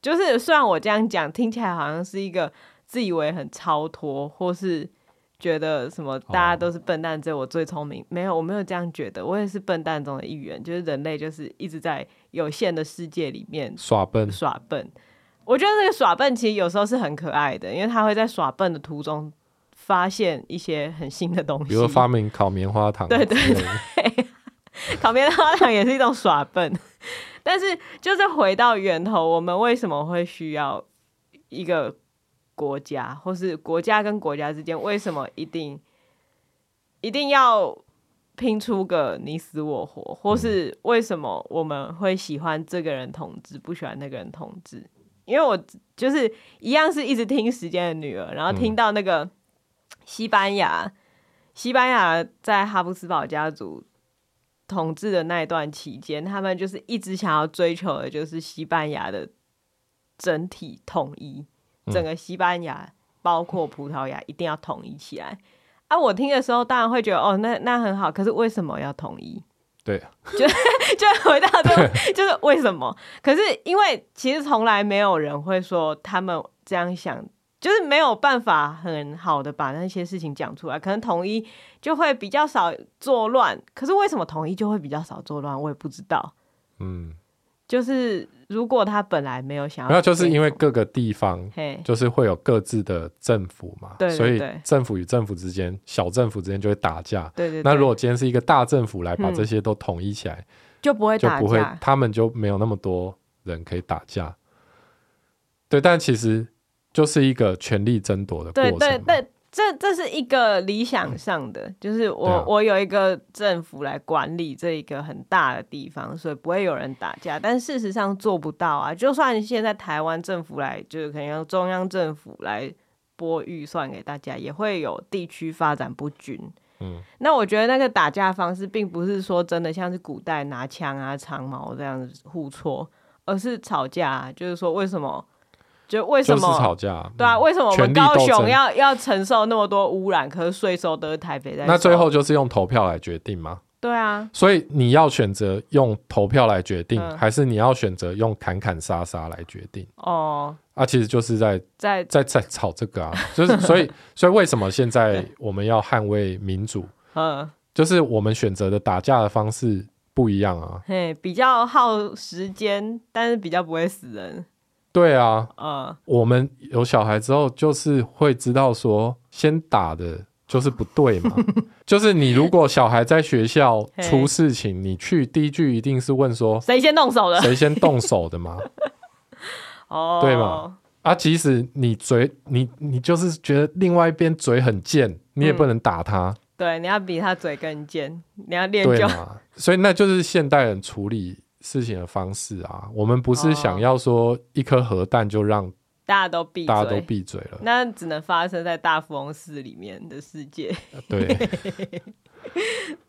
[SPEAKER 1] 就是虽然我这样讲，听起来好像是一个自以为很超脱，或是觉得什么大家
[SPEAKER 2] 哦
[SPEAKER 1] 都是笨蛋，只有我最聪明。没有，我没有这样觉得，我也是笨蛋中的一员。就是人类就是一直在有限的世界里面
[SPEAKER 2] 耍笨，
[SPEAKER 1] 耍笨。我觉得这个耍笨其实有时候是很可爱的，因为他会在耍笨的途中发现一些很新的东西。
[SPEAKER 2] 比如说发明烤棉花糖之类
[SPEAKER 1] 对
[SPEAKER 2] 的，
[SPEAKER 1] 对 烤棉花糖也是一种耍笨， 但是就是回到源头，我们为什么会需要一个国家，或是国家跟国家之间为什么一定一定要拼出个你死我活，或是为什么我们会喜欢这个人统治，不喜欢那个人统治？因为我就是一样是一直听《时间的女儿》，
[SPEAKER 2] 嗯
[SPEAKER 1] 然后听到那个西班牙，西班牙在哈布斯堡家族统治的那一段期间，他们就是一直想要追求的就是西班牙的整体统一，
[SPEAKER 2] 嗯
[SPEAKER 1] 整个西班牙包括葡萄牙一定要统一起来。啊，我听的时候当然会觉得哦，那那很好，可是为什么要统一？
[SPEAKER 2] 对，
[SPEAKER 1] 就 回到这个，就是为什么？可是因为其实从来没有人会说他们这样想就是没有办法很好的把那些事情讲出来，可能统一就会比较少作乱。可是为什么统一就会比较少作乱，我也不知道。
[SPEAKER 2] 嗯，
[SPEAKER 1] 就是如果他本来没有想要，
[SPEAKER 2] 然后就是因为各个地方
[SPEAKER 1] 嘿，
[SPEAKER 2] 就是会有各自的政府嘛，
[SPEAKER 1] 对对
[SPEAKER 2] 所以
[SPEAKER 1] 对
[SPEAKER 2] 政府与政府之间、小政府之间就会打架。
[SPEAKER 1] 对对对，
[SPEAKER 2] 那如果今天是一个大政府来把
[SPEAKER 1] 嗯
[SPEAKER 2] 这些都统一起来，
[SPEAKER 1] 就不会
[SPEAKER 2] 就
[SPEAKER 1] 打
[SPEAKER 2] 不会
[SPEAKER 1] 架，，
[SPEAKER 2] 他们就没有那么多人可以打架。对，但其实就是一个权力争夺的过
[SPEAKER 1] 对
[SPEAKER 2] 程嘛。
[SPEAKER 1] 对对，这这是一个理想上的，就是我、
[SPEAKER 2] 对啊
[SPEAKER 1] 我有一个政府来管理这一个很大的地方，所以不会有人打架。但事实上做不到啊，就算现在台湾政府来，就是可能用中央政府来拨预算给大家，也会有地区发展不均。
[SPEAKER 2] 嗯，
[SPEAKER 1] 那我觉得那个打架方式，并不是说真的像是古代拿枪啊、长矛这样子互戳，而是吵架啊、就是说为什么？就为什
[SPEAKER 2] 就是
[SPEAKER 1] 么
[SPEAKER 2] 吵架。
[SPEAKER 1] 对啊，
[SPEAKER 2] 嗯
[SPEAKER 1] 为什么我
[SPEAKER 2] 权力
[SPEAKER 1] 们高
[SPEAKER 2] 斗
[SPEAKER 1] 雄
[SPEAKER 2] 争
[SPEAKER 1] 要要承受那么多污染，可是税收都是台北在收？
[SPEAKER 2] 那最后就是用投票来决定嘛？
[SPEAKER 1] 对啊，
[SPEAKER 2] 所以你要选择用投票来决定，
[SPEAKER 1] 嗯
[SPEAKER 2] 还是你要选择用砍砍杀杀来决定？
[SPEAKER 1] 哦，
[SPEAKER 2] 啊，其实就是在
[SPEAKER 1] 在
[SPEAKER 2] 在在吵这个啊，就是所以所以为什么现在我们要捍卫民主？
[SPEAKER 1] 嗯
[SPEAKER 2] 就是我们选择的打架的方式不一样啊。
[SPEAKER 1] 嘿比较耗时间，但是比较不会死人。
[SPEAKER 2] 对啊，
[SPEAKER 1] 嗯，
[SPEAKER 2] 我们有小孩之后，就是会知道说，先打的就是不对嘛。就是你如果小孩在学校
[SPEAKER 1] 嘿
[SPEAKER 2] 出事情，你去第一句一定是 问说
[SPEAKER 1] 谁先动手的？
[SPEAKER 2] 谁先动手的嘛。
[SPEAKER 1] 哦，
[SPEAKER 2] 对嘛？啊，即使你嘴你你就是觉得另外一边嘴很贱，你也不能打他，
[SPEAKER 1] 对，你要比他嘴更尖，你要练
[SPEAKER 2] 对
[SPEAKER 1] 就。
[SPEAKER 2] 吗？所以那就是现代人处理事情的方式啊。我们不是
[SPEAKER 1] 哦
[SPEAKER 2] 想要说一颗核弹就让
[SPEAKER 1] 大家都闭
[SPEAKER 2] 大家都
[SPEAKER 1] 嘴，
[SPEAKER 2] 闭嘴 了，
[SPEAKER 1] 那只能发生在大富翁市里面的世界。
[SPEAKER 2] 对，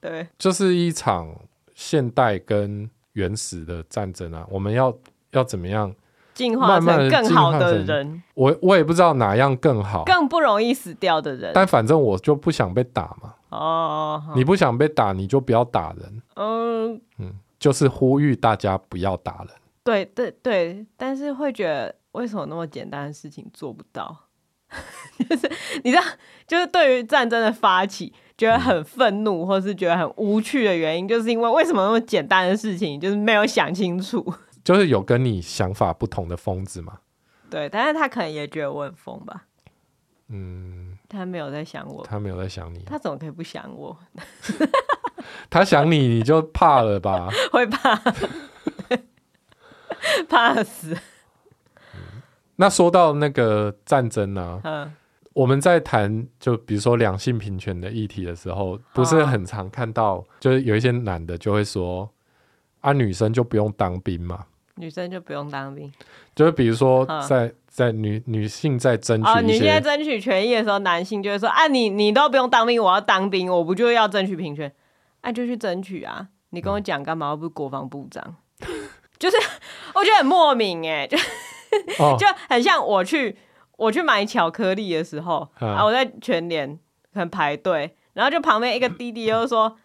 [SPEAKER 1] 对，
[SPEAKER 2] 就是一场现代跟原始的战争啊。我们要要怎么样？
[SPEAKER 1] 进化
[SPEAKER 2] 慢慢地
[SPEAKER 1] 成更好的
[SPEAKER 2] 进化
[SPEAKER 1] 人，
[SPEAKER 2] 我我也不知道哪样更好，
[SPEAKER 1] 更不容易死掉的人。
[SPEAKER 2] 但反正我就不想被打嘛。
[SPEAKER 1] 哦，好
[SPEAKER 2] 你不想被打，你就不要打人，
[SPEAKER 1] 嗯，
[SPEAKER 2] 就是呼吁大家不要打人。
[SPEAKER 1] 对对对，但是会觉得为什么那么简单的事情做不到？ 就是你知道，就是对于战争的发起，觉得很愤怒，或是觉得很无趣的原因，就是因为为什么那么简单的事情，就是没有想清楚。
[SPEAKER 2] 就是有跟你想法不同的疯子嘛。
[SPEAKER 1] 对，但是他可能也觉得我很疯吧，
[SPEAKER 2] 嗯，
[SPEAKER 1] 他没有在想我，
[SPEAKER 2] 他没有在想你，
[SPEAKER 1] 他怎么可以不想我？
[SPEAKER 2] 他想你你就怕了吧？
[SPEAKER 1] 会怕， 怕死。
[SPEAKER 2] 那说到那个战争呢、
[SPEAKER 1] 嗯，
[SPEAKER 2] 我们在谈就比如说两性平权的议题的时候，不
[SPEAKER 1] 嗯
[SPEAKER 2] 是很常看到，就是有一些男的就会说啊，女生就不用当兵嘛。
[SPEAKER 1] 女生就不用当兵
[SPEAKER 2] 就是比如说
[SPEAKER 1] 嗯
[SPEAKER 2] 在在女女性在争
[SPEAKER 1] 哦。
[SPEAKER 2] 取
[SPEAKER 1] 女
[SPEAKER 2] 一
[SPEAKER 1] 性在
[SPEAKER 2] 些，
[SPEAKER 1] 争取权益的时候，男性就会说：“啊，你你都不用当兵，我要当兵，我不就要争取平权？啊，就去争取啊！你
[SPEAKER 2] 嗯
[SPEAKER 1] 跟我讲干嘛？又不是国防部长， 就是我觉得很莫名哎、就
[SPEAKER 2] 哦，
[SPEAKER 1] 就很像我去我去买巧克力的时候、
[SPEAKER 2] 嗯
[SPEAKER 1] 啊，我在全联很排队，然后就旁边一个弟弟又说。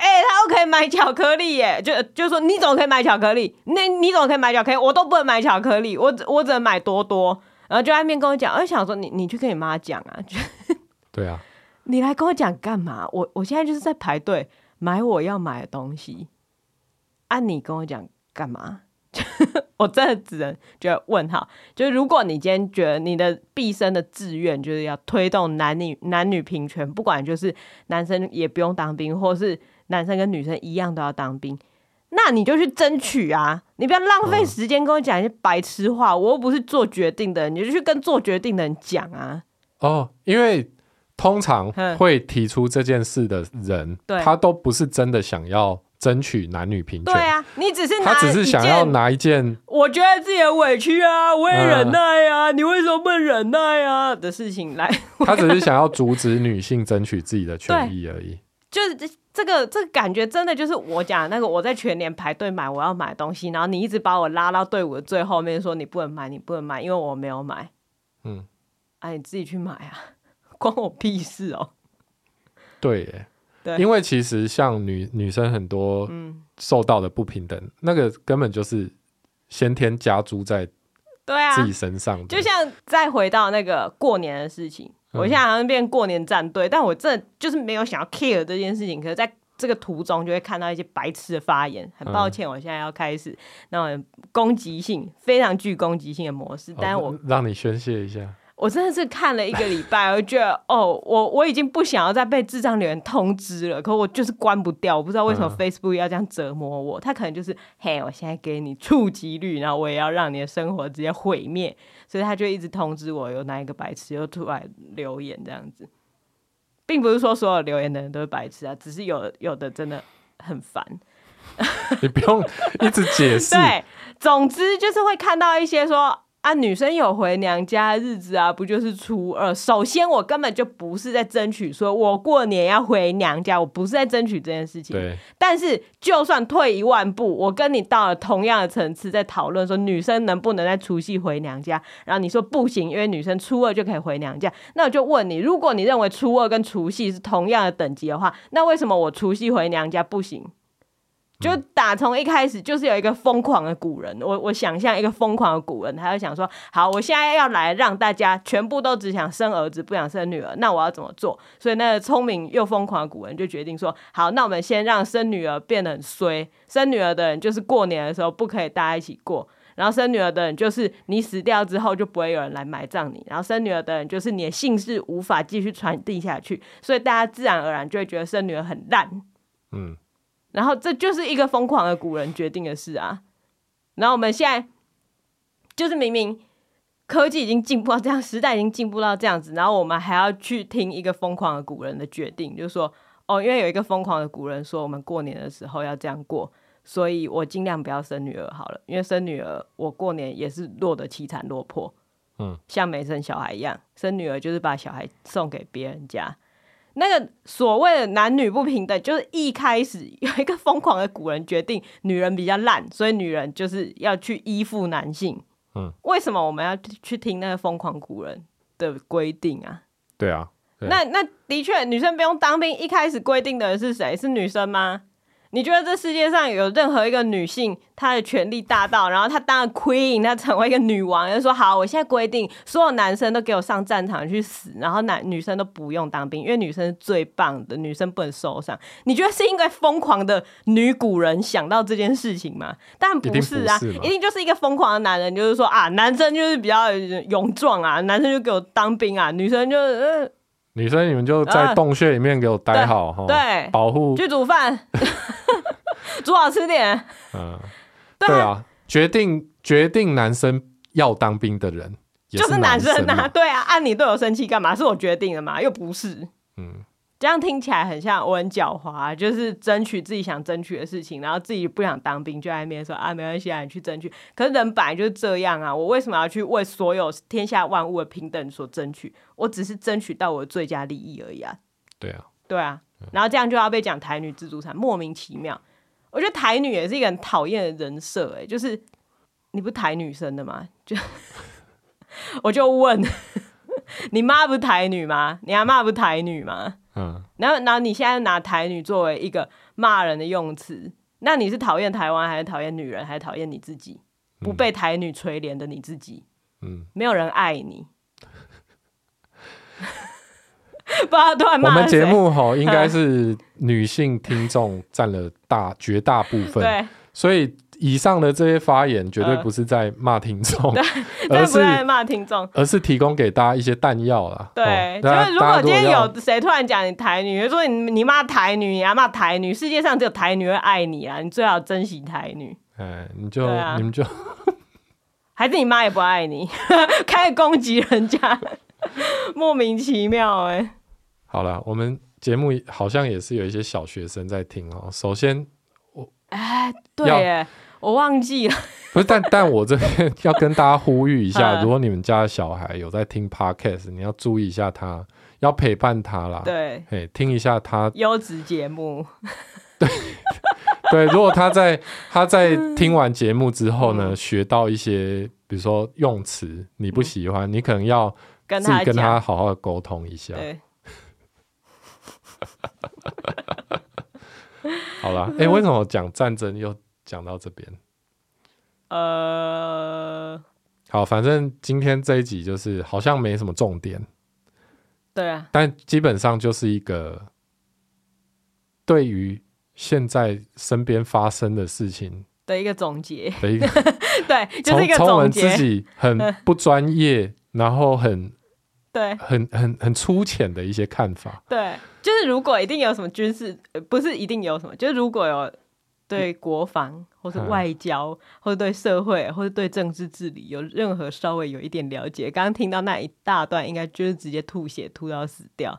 [SPEAKER 1] 哎、他又可以买巧克力耶，就就说你怎么可以买巧克力？那你怎么可以买巧克力？我都不能买巧克力，我只我只能买多多。然后就在那边跟我讲，我就想说你你去跟你妈讲啊，就
[SPEAKER 2] 对啊，
[SPEAKER 1] 你来跟我讲干嘛？我我现在就是在排队买我要买的东西，啊，你跟我讲干嘛？ 我真的只能觉得问号。就是如果你今天觉得你的毕生的志愿就是要推动男女男女平权，不管就是男生也不用当兵，或是男生跟女生一样都要当兵，那你就去争取啊！你不要浪费时间跟我讲一些白痴话。我又不是做决定的人，你就去跟做决定的人讲啊。
[SPEAKER 2] 哦，因为通常
[SPEAKER 1] 嗯
[SPEAKER 2] 会提出这件事的人，
[SPEAKER 1] 对
[SPEAKER 2] 他都不是真的想要争取男女平
[SPEAKER 1] 对
[SPEAKER 2] 权，
[SPEAKER 1] 啊，你只是拿
[SPEAKER 2] 他只是
[SPEAKER 1] 一
[SPEAKER 2] 想要
[SPEAKER 1] 件
[SPEAKER 2] 拿一件
[SPEAKER 1] 我觉得自己很委屈啊，我也忍耐啊，你为什么不能忍耐啊的事情来，
[SPEAKER 2] 他只是想要阻止女性争取自己的权益而已。
[SPEAKER 1] 就是这这个这个感觉真的就是我讲的那个，我在全年排队买我要买的东西，然后你一直把我拉到队伍的最后面，说你不能买，你不能买，因为我没有买，
[SPEAKER 2] 嗯，
[SPEAKER 1] 哎、你自己去买啊，关我屁事哦。
[SPEAKER 2] 对耶，
[SPEAKER 1] 对
[SPEAKER 2] 因为其实像女女生很多
[SPEAKER 1] 嗯，
[SPEAKER 2] 受到的不平等，那个根本就是先天加诸在
[SPEAKER 4] 对啊
[SPEAKER 2] 自，己身上的。
[SPEAKER 1] 就像再回到那个过年的事情，
[SPEAKER 2] 嗯
[SPEAKER 1] 我现在好像变过年战队，但我真的就是没有想要 care 这件事情。可是在这个途中就会看到一些白痴的发言，很
[SPEAKER 2] 嗯
[SPEAKER 1] 抱歉，我现在要开始那种攻击性非常具攻击性的模式
[SPEAKER 2] 哦，
[SPEAKER 1] 但是我
[SPEAKER 2] 让你宣泄一下，
[SPEAKER 1] 我真的是看了一个礼拜，我就觉得哦，我我已经不想要再被智障留言通知了，可我就是关不掉，我不知道为什么
[SPEAKER 2] 嗯
[SPEAKER 1] Facebook 要这样折磨我。他可能就是嘿，我现在给你触及率，然后我也要让你的生活直接毁灭，所以他就一直通知我有哪一个白痴又突然留言这样子，并不是说所有留言的人都是白痴啊，只是有有的真的很烦。
[SPEAKER 2] 你不 用一直解释。
[SPEAKER 1] 对，总之就是会看到一些说啊，女生有回娘家的日子啊，不就是初二？首先，我根本就不是在争取说我过年要回娘家，我不是在争取这件事情。
[SPEAKER 2] 对
[SPEAKER 1] 但是，就算退一万步，我跟你到了同样的层次，在讨论说女生能不能在除夕回娘家，然后你说不行，因为女生初二就可以回娘家。那我就问你，如果你认为初二跟除夕是同样的等级的话，那为什么我除夕回娘家不行？就打从一开始就是有一个疯狂的古人，我我想象一个疯狂的古人，他就想说，好，我现在要来让大家全部都只想生儿子，不想生女儿，那我要怎么做？所以那个聪明又疯狂的古人就决定说，好，那我们先让生女儿变得很衰，生女儿的人就是过年的时候不可以大家一起过。然后生女儿的人就是你死掉之后就不会有人来埋葬你，然后生女儿的人就是你的姓氏无法继续传递下去，所以大家自然而然就会觉得生女儿很烂，
[SPEAKER 2] 嗯，
[SPEAKER 1] 然后这就是一个疯狂的古人决定的事啊。然后我们现在就是明明科技已经进步到这样，时代已经进步到这样子，然后我们还要去听一个疯狂的古人的决定，就是说，哦，因为有一个疯狂的古人说我们过年的时候要这样过，所以我尽量不要生女儿好了，因为生女儿我过年也是落得凄惨落魄，
[SPEAKER 2] 嗯，
[SPEAKER 1] 像没生小孩一样，生女儿就是把小孩送给别人家，那个所谓的男女不平等，就是一开始有一个疯狂的古人决定女人比较烂，所以女人就是要去依附男性。
[SPEAKER 2] 嗯，
[SPEAKER 1] 为什么我们要去听那个疯狂古人的规定啊？
[SPEAKER 2] 对啊，对
[SPEAKER 1] 那那的确，女生不用当兵，一开始规定的人是谁？是女生吗？你觉得这世界上有任何一个女性，她的权力大到，然后她当了 queen，她成为一个女王，就说好，我现在规定所有男生都给我上战场去死，然后男女生都不用当兵，因为女生是最棒的，女生不能受伤。你觉得是因为疯狂的女古人想到这件事情吗？当然
[SPEAKER 2] 一
[SPEAKER 1] 不
[SPEAKER 2] 定
[SPEAKER 1] 是
[SPEAKER 2] 不
[SPEAKER 1] 啊，
[SPEAKER 2] 是嘛
[SPEAKER 1] 一定就是一个疯狂的男人，就是说啊，男生就是比较勇壮啊，男生就给我当兵啊，女生就呃
[SPEAKER 2] 女生你们就在
[SPEAKER 1] 啊
[SPEAKER 2] 洞穴里面给我待好哈，
[SPEAKER 1] 对
[SPEAKER 2] 哦保护，
[SPEAKER 1] 去煮饭，煮好吃点。
[SPEAKER 2] 嗯，
[SPEAKER 1] 对啊
[SPEAKER 2] 对啊，决定决定男生要当兵的人也
[SPEAKER 1] 就是
[SPEAKER 2] 男
[SPEAKER 1] 生
[SPEAKER 2] 嘛
[SPEAKER 1] 啊，对啊，按、你对我生气干嘛？是我决定的嘛，又不是。
[SPEAKER 2] 嗯，
[SPEAKER 1] 这样听起来很像我很狡猾，就是争取自己想争取的事情，然后自己不想当兵，就在那边说啊，没关系啊，你去争取。可是人本来就是这样啊，我为什么要去为所有天下万物的平等所争取？我只是争取到我的最佳利益而已啊。
[SPEAKER 2] 对啊，
[SPEAKER 1] 对啊，然后这样就要被讲台女自助餐，莫名其妙。我觉得台女也是一个很讨厌的人设，哎，就是你不是台女生的吗？ 就我就问， 你妈不是台女吗？你阿妈不是台女吗？
[SPEAKER 2] 嗯，
[SPEAKER 1] 然后，然后你现在拿台女作为一个骂人的用词，那你是讨厌台湾，还是讨厌女人，还是讨厌你自己？不被台女垂怜的你自己，
[SPEAKER 2] 嗯，
[SPEAKER 1] 没有人爱你。 不知道突然
[SPEAKER 2] 我
[SPEAKER 1] 骂
[SPEAKER 2] 们
[SPEAKER 1] 了谁
[SPEAKER 2] 节目吼应该是女性听众占了大绝大部分，
[SPEAKER 1] 对，
[SPEAKER 2] 所以以上的这些发言绝对
[SPEAKER 1] 嗯
[SPEAKER 2] 不是在骂听众，
[SPEAKER 1] 但
[SPEAKER 2] 而
[SPEAKER 1] 不在
[SPEAKER 2] 是
[SPEAKER 1] 骂听众。
[SPEAKER 2] 而是提供给大家一些弹药啦。
[SPEAKER 1] 对，
[SPEAKER 2] 哦
[SPEAKER 1] 就
[SPEAKER 2] 大
[SPEAKER 1] 是
[SPEAKER 2] 家
[SPEAKER 1] 如
[SPEAKER 2] 大
[SPEAKER 1] 果
[SPEAKER 2] 家
[SPEAKER 1] 今天
[SPEAKER 2] 要
[SPEAKER 1] 有谁突然讲你台女，就说你你骂台女，你要骂台女，世界上只有台女会爱你啊，你最好珍惜台女，
[SPEAKER 2] 哎，你就、
[SPEAKER 1] 对啊
[SPEAKER 2] 你们就
[SPEAKER 1] 还是你妈也不爱你， 开始攻击人家， 莫名其妙哎、
[SPEAKER 2] 好了。我们节目好像也是有一些小学生在听哦。首先，
[SPEAKER 1] 哎，对
[SPEAKER 2] 要
[SPEAKER 1] 哎，我忘记了，
[SPEAKER 2] 不是，但但我这边要跟大家呼吁一下，
[SPEAKER 1] 嗯
[SPEAKER 2] 如果你们家的小孩有在听 podcast，你要注意一下他，要陪伴他啦。，
[SPEAKER 1] 对，
[SPEAKER 2] 嘿，听一下他。
[SPEAKER 1] 优质节目，
[SPEAKER 2] 对，如果他在他在
[SPEAKER 1] 嗯
[SPEAKER 2] 听完节目之后呢，学到一些，比如说用词你不喜欢，你可能要
[SPEAKER 1] 嗯跟
[SPEAKER 2] 自
[SPEAKER 1] 他
[SPEAKER 2] 己跟
[SPEAKER 1] 讲，
[SPEAKER 2] 他好好的沟通一下。
[SPEAKER 1] 对，
[SPEAKER 2] 好啦，哎、为什么讲战争又讲到这边？
[SPEAKER 1] 呃，
[SPEAKER 2] 好，反正今天这一集就是好像没什么重点，
[SPEAKER 1] 对啊，
[SPEAKER 2] 但基本上就是一个对于现在身边发生的事情
[SPEAKER 1] 的一个总结，
[SPEAKER 2] 的一个
[SPEAKER 1] 对，就是
[SPEAKER 2] 从
[SPEAKER 1] 一个
[SPEAKER 2] 从我
[SPEAKER 1] 总
[SPEAKER 2] 们自
[SPEAKER 1] 结，嗯
[SPEAKER 2] 己 很不专业，然后很
[SPEAKER 1] 对
[SPEAKER 2] 很很很粗浅的一些看法。
[SPEAKER 1] 对，就是如果一定有什么军事，呃不是一定有什么，就是如果有对国防或是
[SPEAKER 2] 嗯
[SPEAKER 1] 外交，或者对社会或者对政治治理有任何稍微有一点了解，刚刚听到那一大段，应该就是直接吐血吐到死掉。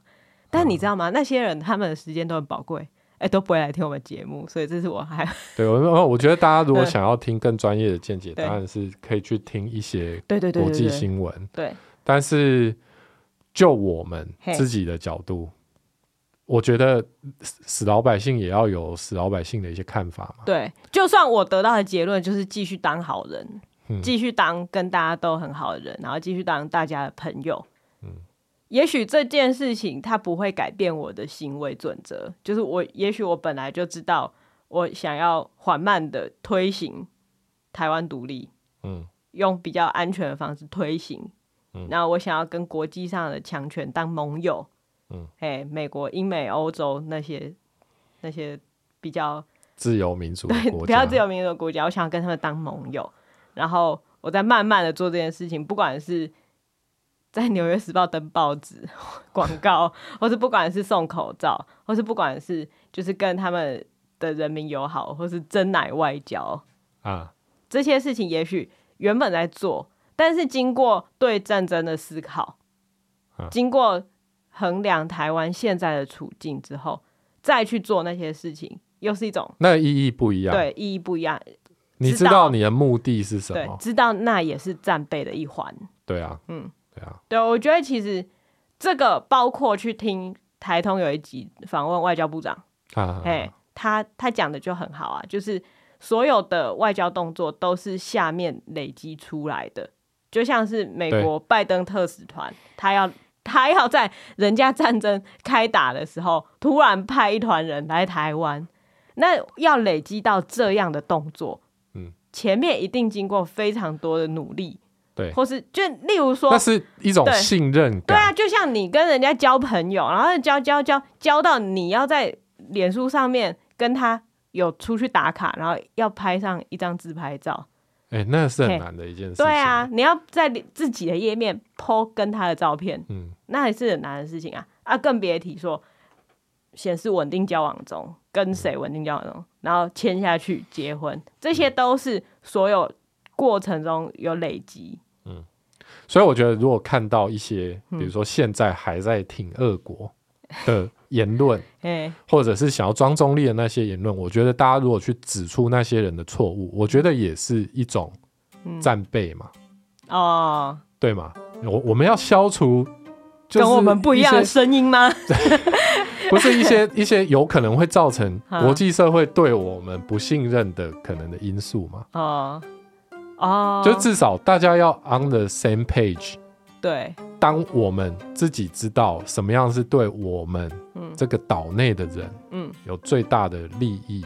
[SPEAKER 1] 但你知道吗？那些人他们的时间都很宝贵，哎、都不会来听我们节目，所以这是我还
[SPEAKER 2] 对我，我觉得大家如果
[SPEAKER 1] 嗯
[SPEAKER 2] 想要听更专业的见解，
[SPEAKER 1] 对
[SPEAKER 2] 当然是可以去听一些
[SPEAKER 1] 对对对
[SPEAKER 2] 国
[SPEAKER 1] 对
[SPEAKER 2] 际
[SPEAKER 1] 对
[SPEAKER 2] 新闻。
[SPEAKER 1] 对
[SPEAKER 2] 但是就我们
[SPEAKER 1] 嘿
[SPEAKER 2] 自己的角度，我觉得死死老百姓也要有死老百姓的一些看法嘛。
[SPEAKER 1] 对，就算我得到的结论就是继续当好人，
[SPEAKER 2] 嗯
[SPEAKER 1] 继续当跟大家都很好的人，然后继续当大家的朋友。
[SPEAKER 2] 嗯
[SPEAKER 1] 也许这件事情它不会改变我的行为准则，就是我，也许我本来就知道我想要缓慢的推行台湾独立，
[SPEAKER 2] 嗯，
[SPEAKER 1] 用比较安全的方式推行。
[SPEAKER 2] 嗯
[SPEAKER 1] 那我想要跟国际上的强权当盟友，
[SPEAKER 2] 嗯，
[SPEAKER 1] 哎，美国、英美、欧洲那些那些比较
[SPEAKER 2] 自由民主的
[SPEAKER 1] 对，
[SPEAKER 2] 国
[SPEAKER 1] 不
[SPEAKER 2] 家，
[SPEAKER 1] 要自由民主的国家，我想要跟他们当盟友，然后我再慢慢的做这件事情，不管是在《纽约时报》登报纸 广告，或是不管是送口罩，或是不管是就是跟他们的人民友好，或是真奶外交，
[SPEAKER 2] 啊，
[SPEAKER 1] 这些事情也许原本在做，但是经过对战争的思考
[SPEAKER 2] 啊，
[SPEAKER 1] 经过衡量台湾现在的处境之后，再去做那些事情，又是一种。
[SPEAKER 2] 那意义不一样。
[SPEAKER 1] 对，意义不一样，
[SPEAKER 2] 你
[SPEAKER 1] 知
[SPEAKER 2] 知
[SPEAKER 1] 道
[SPEAKER 2] 道你的目的哦是什
[SPEAKER 1] 对
[SPEAKER 2] 么，？
[SPEAKER 1] 知道那也是战备的一环。
[SPEAKER 2] 对啊，
[SPEAKER 1] 嗯，
[SPEAKER 2] 对啊，
[SPEAKER 1] 对，我觉得其实这个包括去听台通有一集访问外交部长，
[SPEAKER 2] 啊，
[SPEAKER 1] 哎、他他讲的就很好啊，就是所有的外交动作都是下面累积出来的，就像是美
[SPEAKER 2] 对
[SPEAKER 1] 国拜登特使团，他要。他要在人家战争开打的时候，突然派一团人来台湾，那要累积到这样的动作，
[SPEAKER 2] 嗯，
[SPEAKER 1] 前面一定经过非常多的努力，
[SPEAKER 2] 对
[SPEAKER 1] 或是就例如说，
[SPEAKER 2] 那是一种
[SPEAKER 1] 对
[SPEAKER 2] 信任
[SPEAKER 1] 对啊，
[SPEAKER 2] 感。
[SPEAKER 1] 就像你跟人家交朋友，然后交交交交到你要在脸书上面跟他有出去打卡，然后要拍上一张自拍照。
[SPEAKER 2] 哎，那是
[SPEAKER 1] 嘿
[SPEAKER 2] 很难的一件事情。
[SPEAKER 1] 对啊，，你要在自己的页面 PO 跟他的照片，
[SPEAKER 2] 嗯，
[SPEAKER 1] 那也是很难的事情啊啊，更别提说显示稳定交往中，跟谁稳定交往中，然后签下去结婚，这些都是所有过程中有累积。
[SPEAKER 2] 所以我觉得，如果看到一些，
[SPEAKER 1] 嗯
[SPEAKER 2] 比如说现在还在挺俄国的 言论，
[SPEAKER 1] 哎、
[SPEAKER 2] 或者是想要装中立的那些言论，我觉得大家如果去指出那些人的错误，我觉得也是一种
[SPEAKER 1] 嗯
[SPEAKER 2] 战备嘛，
[SPEAKER 1] 哦，
[SPEAKER 2] 对吗？我我们要消除，就是
[SPEAKER 1] 跟我们不一样的
[SPEAKER 2] 些，
[SPEAKER 1] 声音吗？
[SPEAKER 2] 不是一些 一些有可能会造成
[SPEAKER 1] 啊
[SPEAKER 2] 国际社会对我们不信任的可能的因素嘛。
[SPEAKER 1] 哦哦，
[SPEAKER 2] 就至少大家要 on the same page。
[SPEAKER 1] 对
[SPEAKER 2] 当我们自己知道什么样是对我们
[SPEAKER 1] 嗯
[SPEAKER 2] 这个岛内的人
[SPEAKER 1] 嗯
[SPEAKER 2] 有最大的利益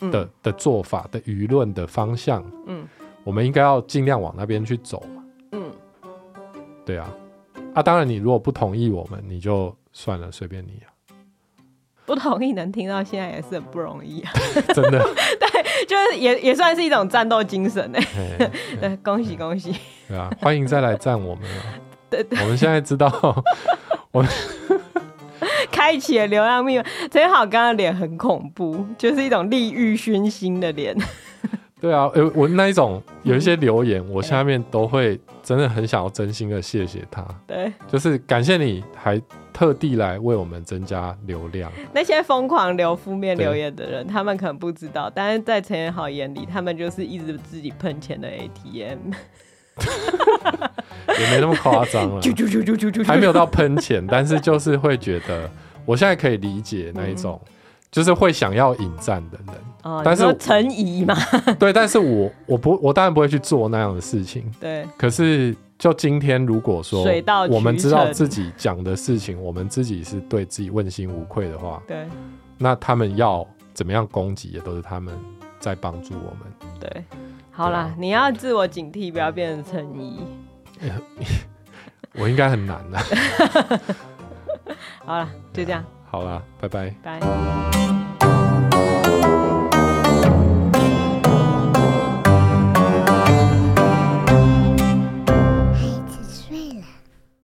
[SPEAKER 1] 嗯
[SPEAKER 2] 的、的做法的舆论的方向，
[SPEAKER 1] 嗯
[SPEAKER 2] 我们应该要尽量往那边去走嘛。
[SPEAKER 1] 嗯
[SPEAKER 2] 对啊，啊，当然你如果不同意我们，你就算了，随便你啊，
[SPEAKER 1] 不同意能听到现在也是很不容易啊，
[SPEAKER 2] 真的。
[SPEAKER 1] 就是也也算是一种战斗精神哎、
[SPEAKER 2] 嘿
[SPEAKER 1] 对，恭喜恭喜，
[SPEAKER 2] 对啊，欢迎再来赞我们啊。
[SPEAKER 1] 对对
[SPEAKER 2] 我们现在知道，
[SPEAKER 1] 开启了流量密码。陈好刚刚脸很恐怖，就是一种利欲熏心的脸。
[SPEAKER 2] 对啊，呃，我那一种有一些留言，我下面都会真的很想要真心的谢谢他。
[SPEAKER 1] 对，
[SPEAKER 2] 就是感谢你还特地来为我们增加流 量，
[SPEAKER 1] 那些疯狂留负面
[SPEAKER 2] 对
[SPEAKER 1] 留言的人，他们可能不知道，但是在陈彦豪眼里，他们就是一直自己喷钱的 ATM。
[SPEAKER 2] 也没那么夸张了，
[SPEAKER 1] 啾啾啾啾啾啾，
[SPEAKER 2] 还没有到喷钱，但是就是会觉得，我现在可以理解那一
[SPEAKER 1] 嗯
[SPEAKER 2] 种，就是会想要引战的人，
[SPEAKER 1] 哦，
[SPEAKER 2] 但
[SPEAKER 1] 你
[SPEAKER 2] 是
[SPEAKER 1] 说
[SPEAKER 2] 我
[SPEAKER 1] 陈怡嘛，
[SPEAKER 2] 对，但是我我不我当然不会去做那样的事情，
[SPEAKER 1] 对，
[SPEAKER 2] 可是就今天如果说
[SPEAKER 1] 水到渠成
[SPEAKER 2] 我们知道自己讲的事情，我们自己是对自己问心无愧的话，
[SPEAKER 1] 对
[SPEAKER 2] 那他们要怎么样攻击也都是他们在帮助我们，
[SPEAKER 1] 对，啊好啦，你要自我警惕，不要变成陈怡。
[SPEAKER 2] 我应该 很难的。啊
[SPEAKER 1] 好啦，就这样，
[SPEAKER 2] 好啦，拜拜。
[SPEAKER 1] 拜。